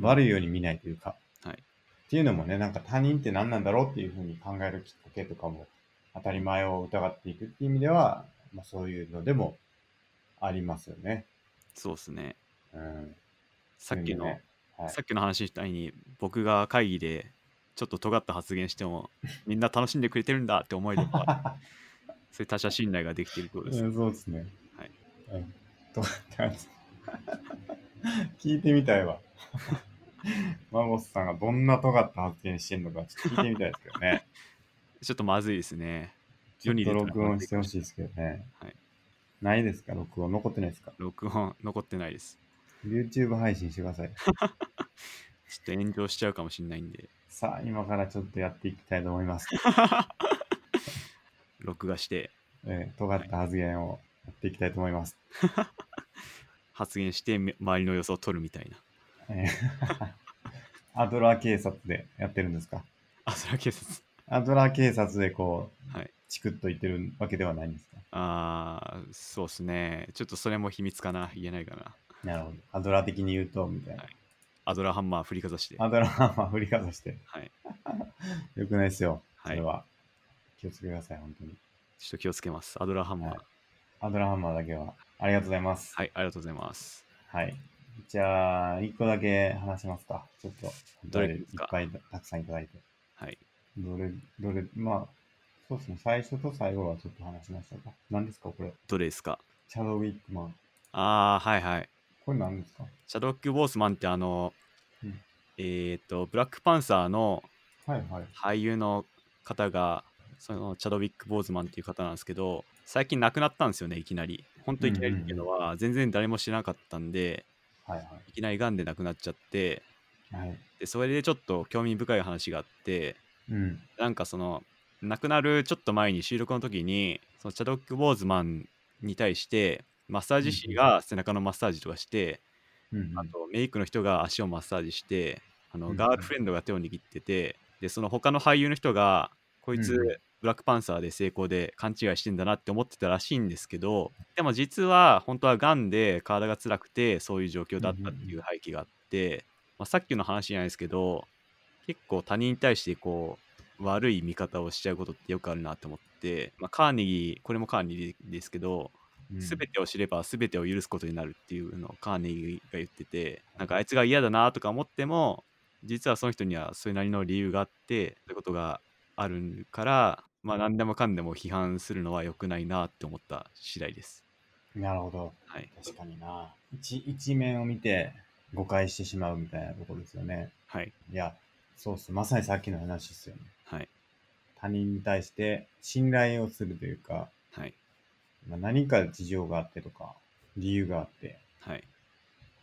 [SPEAKER 1] 悪いように見ないというか、
[SPEAKER 2] はい
[SPEAKER 1] っていうのもね、なんか他人って何なんだろうっていうふうに考えるきっかけとかも、当たり前を疑っていくっていう意味では、まあ、そういうのでもありますよね。
[SPEAKER 2] そうですね。
[SPEAKER 1] うん、
[SPEAKER 2] さっきの、
[SPEAKER 1] ねはい
[SPEAKER 2] さっきの話したいに、僕が会議でちょっと尖った発言し
[SPEAKER 1] [laughs]
[SPEAKER 2] ても、みんな楽しんでくれてるんだって思えれば、そういう他者信頼ができているってことです。
[SPEAKER 1] うん、そうですね。
[SPEAKER 2] はい
[SPEAKER 1] うん。どうやって話す [laughs] 聞いてみたいわ。 [laughs] マモスさんがどんな尖った発言してんのか、ちょっと聞いてみたいですけど
[SPEAKER 2] [laughs]
[SPEAKER 1] ね。
[SPEAKER 2] ちょっとまずいですね。
[SPEAKER 1] ちょ
[SPEAKER 2] 世
[SPEAKER 1] っ
[SPEAKER 2] に出
[SPEAKER 1] と
[SPEAKER 2] たら
[SPEAKER 1] 録音してほしいですけどね。
[SPEAKER 2] はい
[SPEAKER 1] ないですか録音残ってないですか
[SPEAKER 2] 録音残ってないです。
[SPEAKER 1] ?YouTube 配信してください。
[SPEAKER 2] ちょっと炎上しちゃうかもしれないんで、
[SPEAKER 1] さあ、今からちょっとやっていきたいと思います。
[SPEAKER 2] 録画して
[SPEAKER 1] えー尖った発言をやっていきたいと思います。
[SPEAKER 2] 発言してめ周りの様子を撮るみたいな。 [laughs]
[SPEAKER 1] えー [laughs] アドラー警察でやってるんですか
[SPEAKER 2] あ、それは警察。
[SPEAKER 1] アドラー警察でこう、
[SPEAKER 2] はい
[SPEAKER 1] チクッと言ってるわけではないんですか
[SPEAKER 2] あーそうっすね。ちょっとそれも秘密かな。言えないかな。
[SPEAKER 1] なるほど。アドラー的に言うと、みたいな。
[SPEAKER 2] はいアドラーハンマー振りかざして。
[SPEAKER 1] アドラーは振りかざして。
[SPEAKER 2] はい。
[SPEAKER 1] [laughs] よくないですよ。そ
[SPEAKER 2] はい
[SPEAKER 1] れ。は。気をつけてください、本当に。
[SPEAKER 2] ちょっと気をつけます。アドラーハンマー。
[SPEAKER 1] は
[SPEAKER 2] はいい、
[SPEAKER 1] アドラーハンマーだけは。ありがとうございます。
[SPEAKER 2] ありがとうございます。
[SPEAKER 1] はい。じゃあ、一個だけ話しますか。ちょっと、
[SPEAKER 2] どれです
[SPEAKER 1] い
[SPEAKER 2] か
[SPEAKER 1] っぱいたくさんいただいて。
[SPEAKER 2] はい。
[SPEAKER 1] どれ、どれ、まあ、そうですね。最初と最後はちょっと話しましたか。何ですか、これ。
[SPEAKER 2] どれですか
[SPEAKER 1] シャドウウィックマン。
[SPEAKER 2] ああ、はいはい。
[SPEAKER 1] これ何ですか
[SPEAKER 2] シャドウック・ボースマンってあの、
[SPEAKER 1] うん
[SPEAKER 2] えーっと、ブラックパンサーの
[SPEAKER 1] はいはい。
[SPEAKER 2] 俳優の方がそのチャドウィック・ボーズマンっていう方なんですけど最近亡くなったんですよねいきなり本当いきなりっていうのは全然誰も知らなかったんで、
[SPEAKER 1] はい
[SPEAKER 2] いきなりがんで亡くなっちゃって
[SPEAKER 1] はい。はい。
[SPEAKER 2] でそれでちょっと興味深い話があって
[SPEAKER 1] うん。
[SPEAKER 2] なんかその亡くなるちょっと前に収録の時にそのチャドウィック・ボーズマンに対してマッサージ師が背中のマッサージとかして、
[SPEAKER 1] うん。
[SPEAKER 2] あとメイクの人が足をマッサージしてあ
[SPEAKER 1] う
[SPEAKER 2] の
[SPEAKER 1] ん
[SPEAKER 2] ガールフレンドが手を握ってて、でその他の俳優の人がこいつ
[SPEAKER 1] うん
[SPEAKER 2] ブラックパンサーで成功で勘違いしてんだなって思ってたらしいんですけどでも実は本当はガンで体が辛くてそういう状況だったっていう背景があって、まあ、さっきの話じゃないですけど結構他人に対してこう悪い見方をしちゃうことってよくあるなと思って、まあ、カーネギーこれもカーネギーですけど
[SPEAKER 1] うん
[SPEAKER 2] 全てを知れば全てを許すことになるっていうのをカーネギーが言っててなんかあいつが嫌だなとか思っても実はその人にはそれなりの理由があってそういうことがあるからまあ何でもかんでも批判するのは良くないなって思った次第です
[SPEAKER 1] なるほど。
[SPEAKER 2] はい
[SPEAKER 1] 確かにな一一面を見て誤解してしまうみたいなところですよね
[SPEAKER 2] はい
[SPEAKER 1] いやそうっすまさにさっきの話ですよね
[SPEAKER 2] はい
[SPEAKER 1] 他人に対して信頼をするというか、
[SPEAKER 2] はい
[SPEAKER 1] まあ、何か事情があってとか理由があって
[SPEAKER 2] はい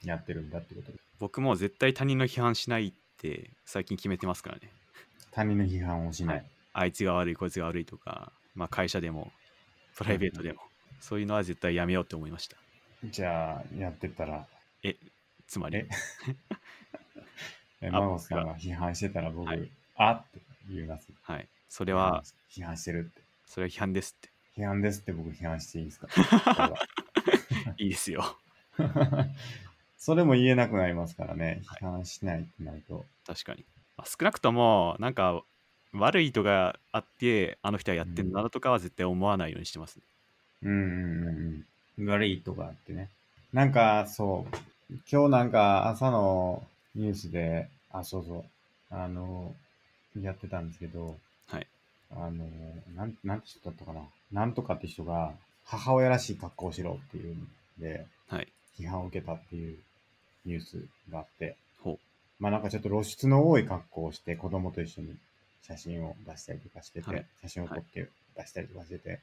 [SPEAKER 1] やってるんだってこと
[SPEAKER 2] 僕も絶対他人の批判しないって最近決めてますからね
[SPEAKER 1] 他人の批判をしない、
[SPEAKER 2] はあいつが悪いこいつが悪いとか、まあ、会社でもプライベートでもそういうのは絶対やめようって思いました
[SPEAKER 1] じゃあやってたら
[SPEAKER 2] つまり
[SPEAKER 1] ええ
[SPEAKER 2] あ
[SPEAKER 1] マゴスさんが批判してたら僕、
[SPEAKER 2] はい
[SPEAKER 1] あって言います
[SPEAKER 2] はいそれは
[SPEAKER 1] 批判してるって
[SPEAKER 2] それは批判ですって
[SPEAKER 1] 批判ですって僕批判していいですかこれはい [laughs]
[SPEAKER 2] いですよ。
[SPEAKER 1] それも言えなくなりますからね、
[SPEAKER 2] はい
[SPEAKER 1] 批判しないってなると。
[SPEAKER 2] 確かに。まあ、少なくとも、なんか、悪い意図があって、あの人はやってんだなとかは絶対思わないようにしてますね。
[SPEAKER 1] うんうんうんうん。悪いとかあってね。なんか、そう、今日なんか朝のニュースで、あ、そうそう、あの、やってたんですけど、
[SPEAKER 2] はい。
[SPEAKER 1] あの、なん、なんて人だったかな。なんとかって人が、母親らしい格好をしろっていうんで、
[SPEAKER 2] はい。
[SPEAKER 1] 批判を受けたっていうニュースがあって、
[SPEAKER 2] ほ
[SPEAKER 1] まあなんかちょっと露出の多い格好をして子供と一緒に写真を出したりとかしてて、
[SPEAKER 2] はい
[SPEAKER 1] 写真を撮って出したりとかしてて、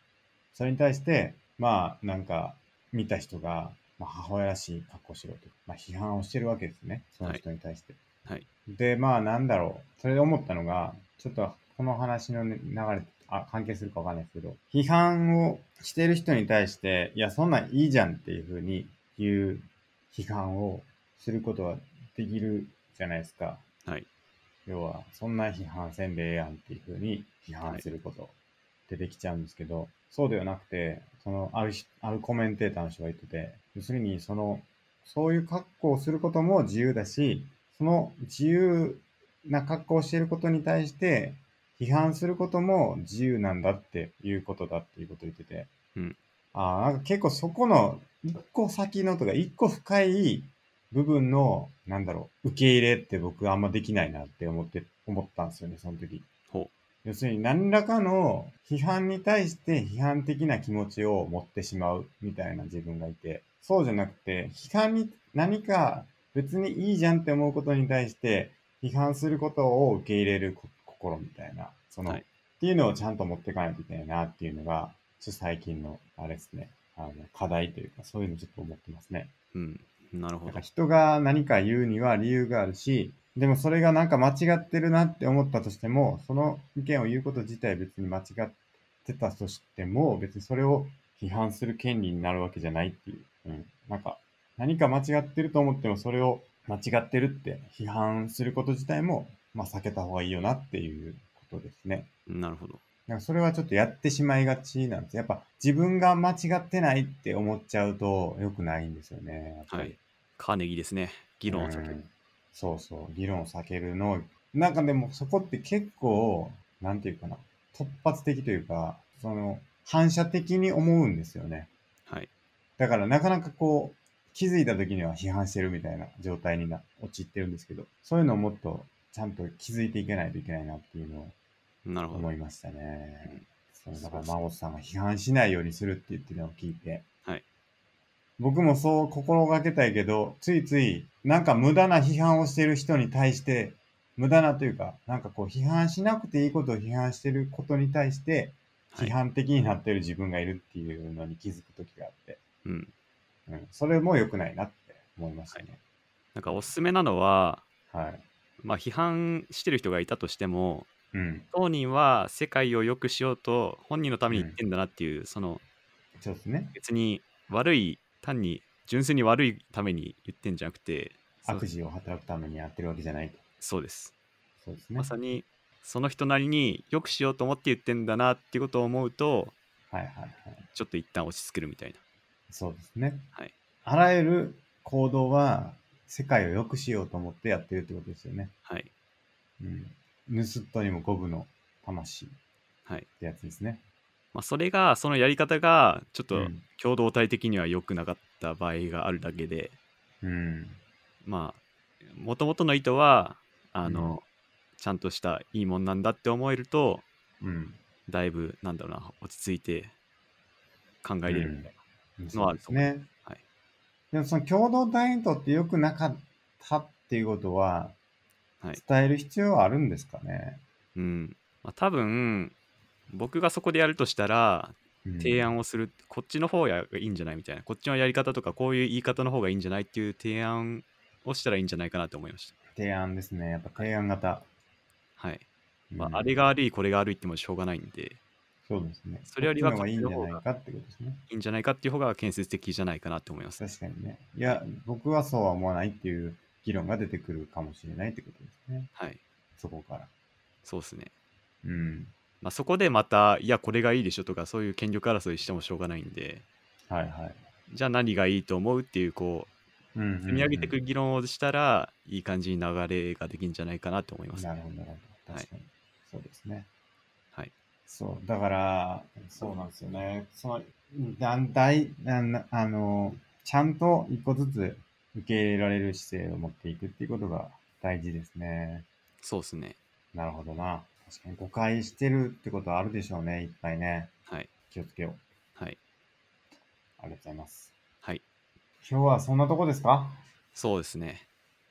[SPEAKER 1] それに対して、まあなんか見た人が、まあ、母親らしい格好しろと、まあ、批判をしてるわけですね、その人に対して。
[SPEAKER 2] はいはい
[SPEAKER 1] で、まあなんだろう、それで思ったのが、ちょっとこの話のね流れ、あ関係するかわかんないですけど、批判をしてる人に対して、いや、そんなんいいじゃんっていうふうに言う批判をすることはできるじゃないですか。
[SPEAKER 2] う。はい。
[SPEAKER 1] 要は、そんな批判せんでええやんっていうふうに批判すること出てきちゃうんですけど、そうではなくて、その、あるし、あるコメンテーターの人が言ってて、要するに、その、そういう格好をすることも自由だし、その自由な格好をしていることに対して、批判することも自由なんだっていうことだっていうことを言ってて、
[SPEAKER 2] うん
[SPEAKER 1] あーなんか結構そこの一個先のとか、一個深い部分の、なんだろう、受け入れって僕あんまできないなって思って、思ったんですよね、その時。
[SPEAKER 2] ほ
[SPEAKER 1] 要するに何らかの批判に対して批判的な気持ちを持ってしまうみたいな自分がいて、そうじゃなくて、批判に何か別にいいじゃんって思うことに対して批判することを受け入れるこ心みたいな、その、
[SPEAKER 2] はい
[SPEAKER 1] っていうのをちゃんと持っていかないといけないなっていうのが、ちょっと最近のあれですね、あの課題というかそういうのちょっと思ってますね。
[SPEAKER 2] う。うん。なるほ
[SPEAKER 1] なんか。
[SPEAKER 2] ど
[SPEAKER 1] 人が何か言うには理由があるし、でもそれがなんか間違ってるなって思ったとしても、その意見を言うこと自体別に間違ってたとしても、別にそれを批判する権利になるわけじゃないっていう。うん。なんか、何か間違ってると思っても、それを間違ってるって批判すること自体も、まあ避けた方がいいよなっていうことですね。
[SPEAKER 2] なるほど。
[SPEAKER 1] なんかそれはちょっとやってしまいがちなんです。やっぱ自分が間違ってないって思っちゃうと良くないんですよね。やっぱり
[SPEAKER 2] はい。カーネギーですね。議論を避
[SPEAKER 1] う
[SPEAKER 2] ける
[SPEAKER 1] ん。そうそう、議論を避けるの。なんかでもそこって結構、なんていうかな、突発的というか、その、反射的に思うんですよね。
[SPEAKER 2] はい。
[SPEAKER 1] だからなかなかこう、気づいた時には批判してるみたいな状態にな、陥ってるんですけど、そういうのをもっとちゃんと気づいていけないといけないなっていうのを
[SPEAKER 2] なるほど
[SPEAKER 1] 思い。ましたね。そうだから、
[SPEAKER 2] そうそう
[SPEAKER 1] 真帆さんが批判しないようにするって言ってるのを聞いて、
[SPEAKER 2] はい
[SPEAKER 1] 僕もそう心がけたいけど、ついつい、なんか無駄な批判をしてる人に対して、無駄なというか、なんかこう、批判しなくていいことを批判してることに対して、
[SPEAKER 2] は
[SPEAKER 1] 批
[SPEAKER 2] い。
[SPEAKER 1] 判的になってる自分がいるっていうのに気づく時があって、
[SPEAKER 2] うん。
[SPEAKER 1] うん、それも良くないなって思いましたね。
[SPEAKER 2] なんかおすすめなのは、
[SPEAKER 1] はい。
[SPEAKER 2] まあ批判してる人がいたとしても、
[SPEAKER 1] うん。
[SPEAKER 2] 当人は世界を良くしようと本人のために言ってんだなっていう、その
[SPEAKER 1] そうですね。
[SPEAKER 2] 別に悪い、単に純粋に悪いために言ってんじゃなくて、そう
[SPEAKER 1] 悪事を働くためにやってるわけじゃないと。
[SPEAKER 2] そうです。
[SPEAKER 1] そうですね。
[SPEAKER 2] まさにその人なりに良くしようと思って言ってんだなっていうことを思うと、
[SPEAKER 1] はいはいはい。
[SPEAKER 2] ちょっと一旦落ち着けるみたいな。
[SPEAKER 1] そうですね。
[SPEAKER 2] はい
[SPEAKER 1] あらゆる行動は世界を良くしようと思ってやってるってことですよね。
[SPEAKER 2] はい。
[SPEAKER 1] うん。盗っ人にも五分の魂っ
[SPEAKER 2] はい。
[SPEAKER 1] てやつですね。
[SPEAKER 2] まあ、それが、そのやり方が、ちょっ
[SPEAKER 1] う
[SPEAKER 2] と
[SPEAKER 1] ん
[SPEAKER 2] 共同体的には良くなかった場合があるだけで、
[SPEAKER 1] うん。
[SPEAKER 2] まあ、もともとの意図は、あの、ちゃんとしたいいもんなんだって思えると、
[SPEAKER 1] うん。
[SPEAKER 2] だいぶ、なんだろうな、落ち着いて考えれるみたいな。のは
[SPEAKER 1] そうで
[SPEAKER 2] ある
[SPEAKER 1] す
[SPEAKER 2] と思う
[SPEAKER 1] ね。
[SPEAKER 2] はい。
[SPEAKER 1] でもその共同体にとって良くなかったっていうことは、
[SPEAKER 2] はい
[SPEAKER 1] 伝える必要はあるんですかね。
[SPEAKER 2] うん。まあ、多分、僕がそこでやるとしたら、
[SPEAKER 1] うん
[SPEAKER 2] 提案をする、こっちの方がいいんじゃないみたいな、こっちのやり方とか、こういう言い方の方がいいんじゃないっていう提案をしたらいいんじゃないかなと思いました。
[SPEAKER 1] 提案ですね。やっぱ提案型。
[SPEAKER 2] はい。
[SPEAKER 1] うん
[SPEAKER 2] まあ、あれが悪い、これが悪いってもしょうがないんで、
[SPEAKER 1] そうですね。
[SPEAKER 2] それよりは
[SPEAKER 1] こっちの方がいいん
[SPEAKER 2] こっち
[SPEAKER 1] じゃな
[SPEAKER 2] の方が
[SPEAKER 1] いかってことですね。
[SPEAKER 2] いいんじゃないかっていう方が建設的じゃないかなと思います。
[SPEAKER 1] 確かにね。いや、僕はそうは思わないっていう議論が出てくるかもしれないってことですね。
[SPEAKER 2] はい。
[SPEAKER 1] そこから。
[SPEAKER 2] そうですね。
[SPEAKER 1] うん。
[SPEAKER 2] まあ、そこでまた、いや、これがいいでしょとか、そういう権力争いしてもしょうがないんで、
[SPEAKER 1] はいはい。
[SPEAKER 2] じゃあ何がいいと思うっていう、こう、
[SPEAKER 1] うんうんうん
[SPEAKER 2] 積み上げていく議論をしたら、いい感じに流れができるんじゃないかなと思います。
[SPEAKER 1] なるほど、なるほど。
[SPEAKER 2] はい
[SPEAKER 1] 確かに。そうですね。
[SPEAKER 2] はい。
[SPEAKER 1] そう、だから、そうなんですよね。その、団体、なんあの、ちゃんと一個ずつ受け入れられる姿勢を持っていくっていうことが大事ですね。
[SPEAKER 2] そうですね。
[SPEAKER 1] なるほどな。確かに誤解してるってことはあるでしょうね、いっぱいね。
[SPEAKER 2] はい。
[SPEAKER 1] 気をつけよう。
[SPEAKER 2] はい。
[SPEAKER 1] ありがとうございます。
[SPEAKER 2] はい。
[SPEAKER 1] 今日はそんなとこですか
[SPEAKER 2] そうですね。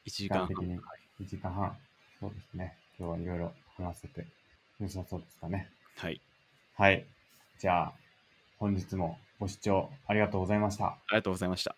[SPEAKER 2] 1時間
[SPEAKER 1] 時間的
[SPEAKER 2] 半。
[SPEAKER 1] に
[SPEAKER 2] はい
[SPEAKER 1] ?1 時間半。そうですね。今日はいろいろ話せて良さそうですかね。
[SPEAKER 2] はい。
[SPEAKER 1] はい。じゃあ、本日もご視聴ありがとうございました。
[SPEAKER 2] ありがとうございました。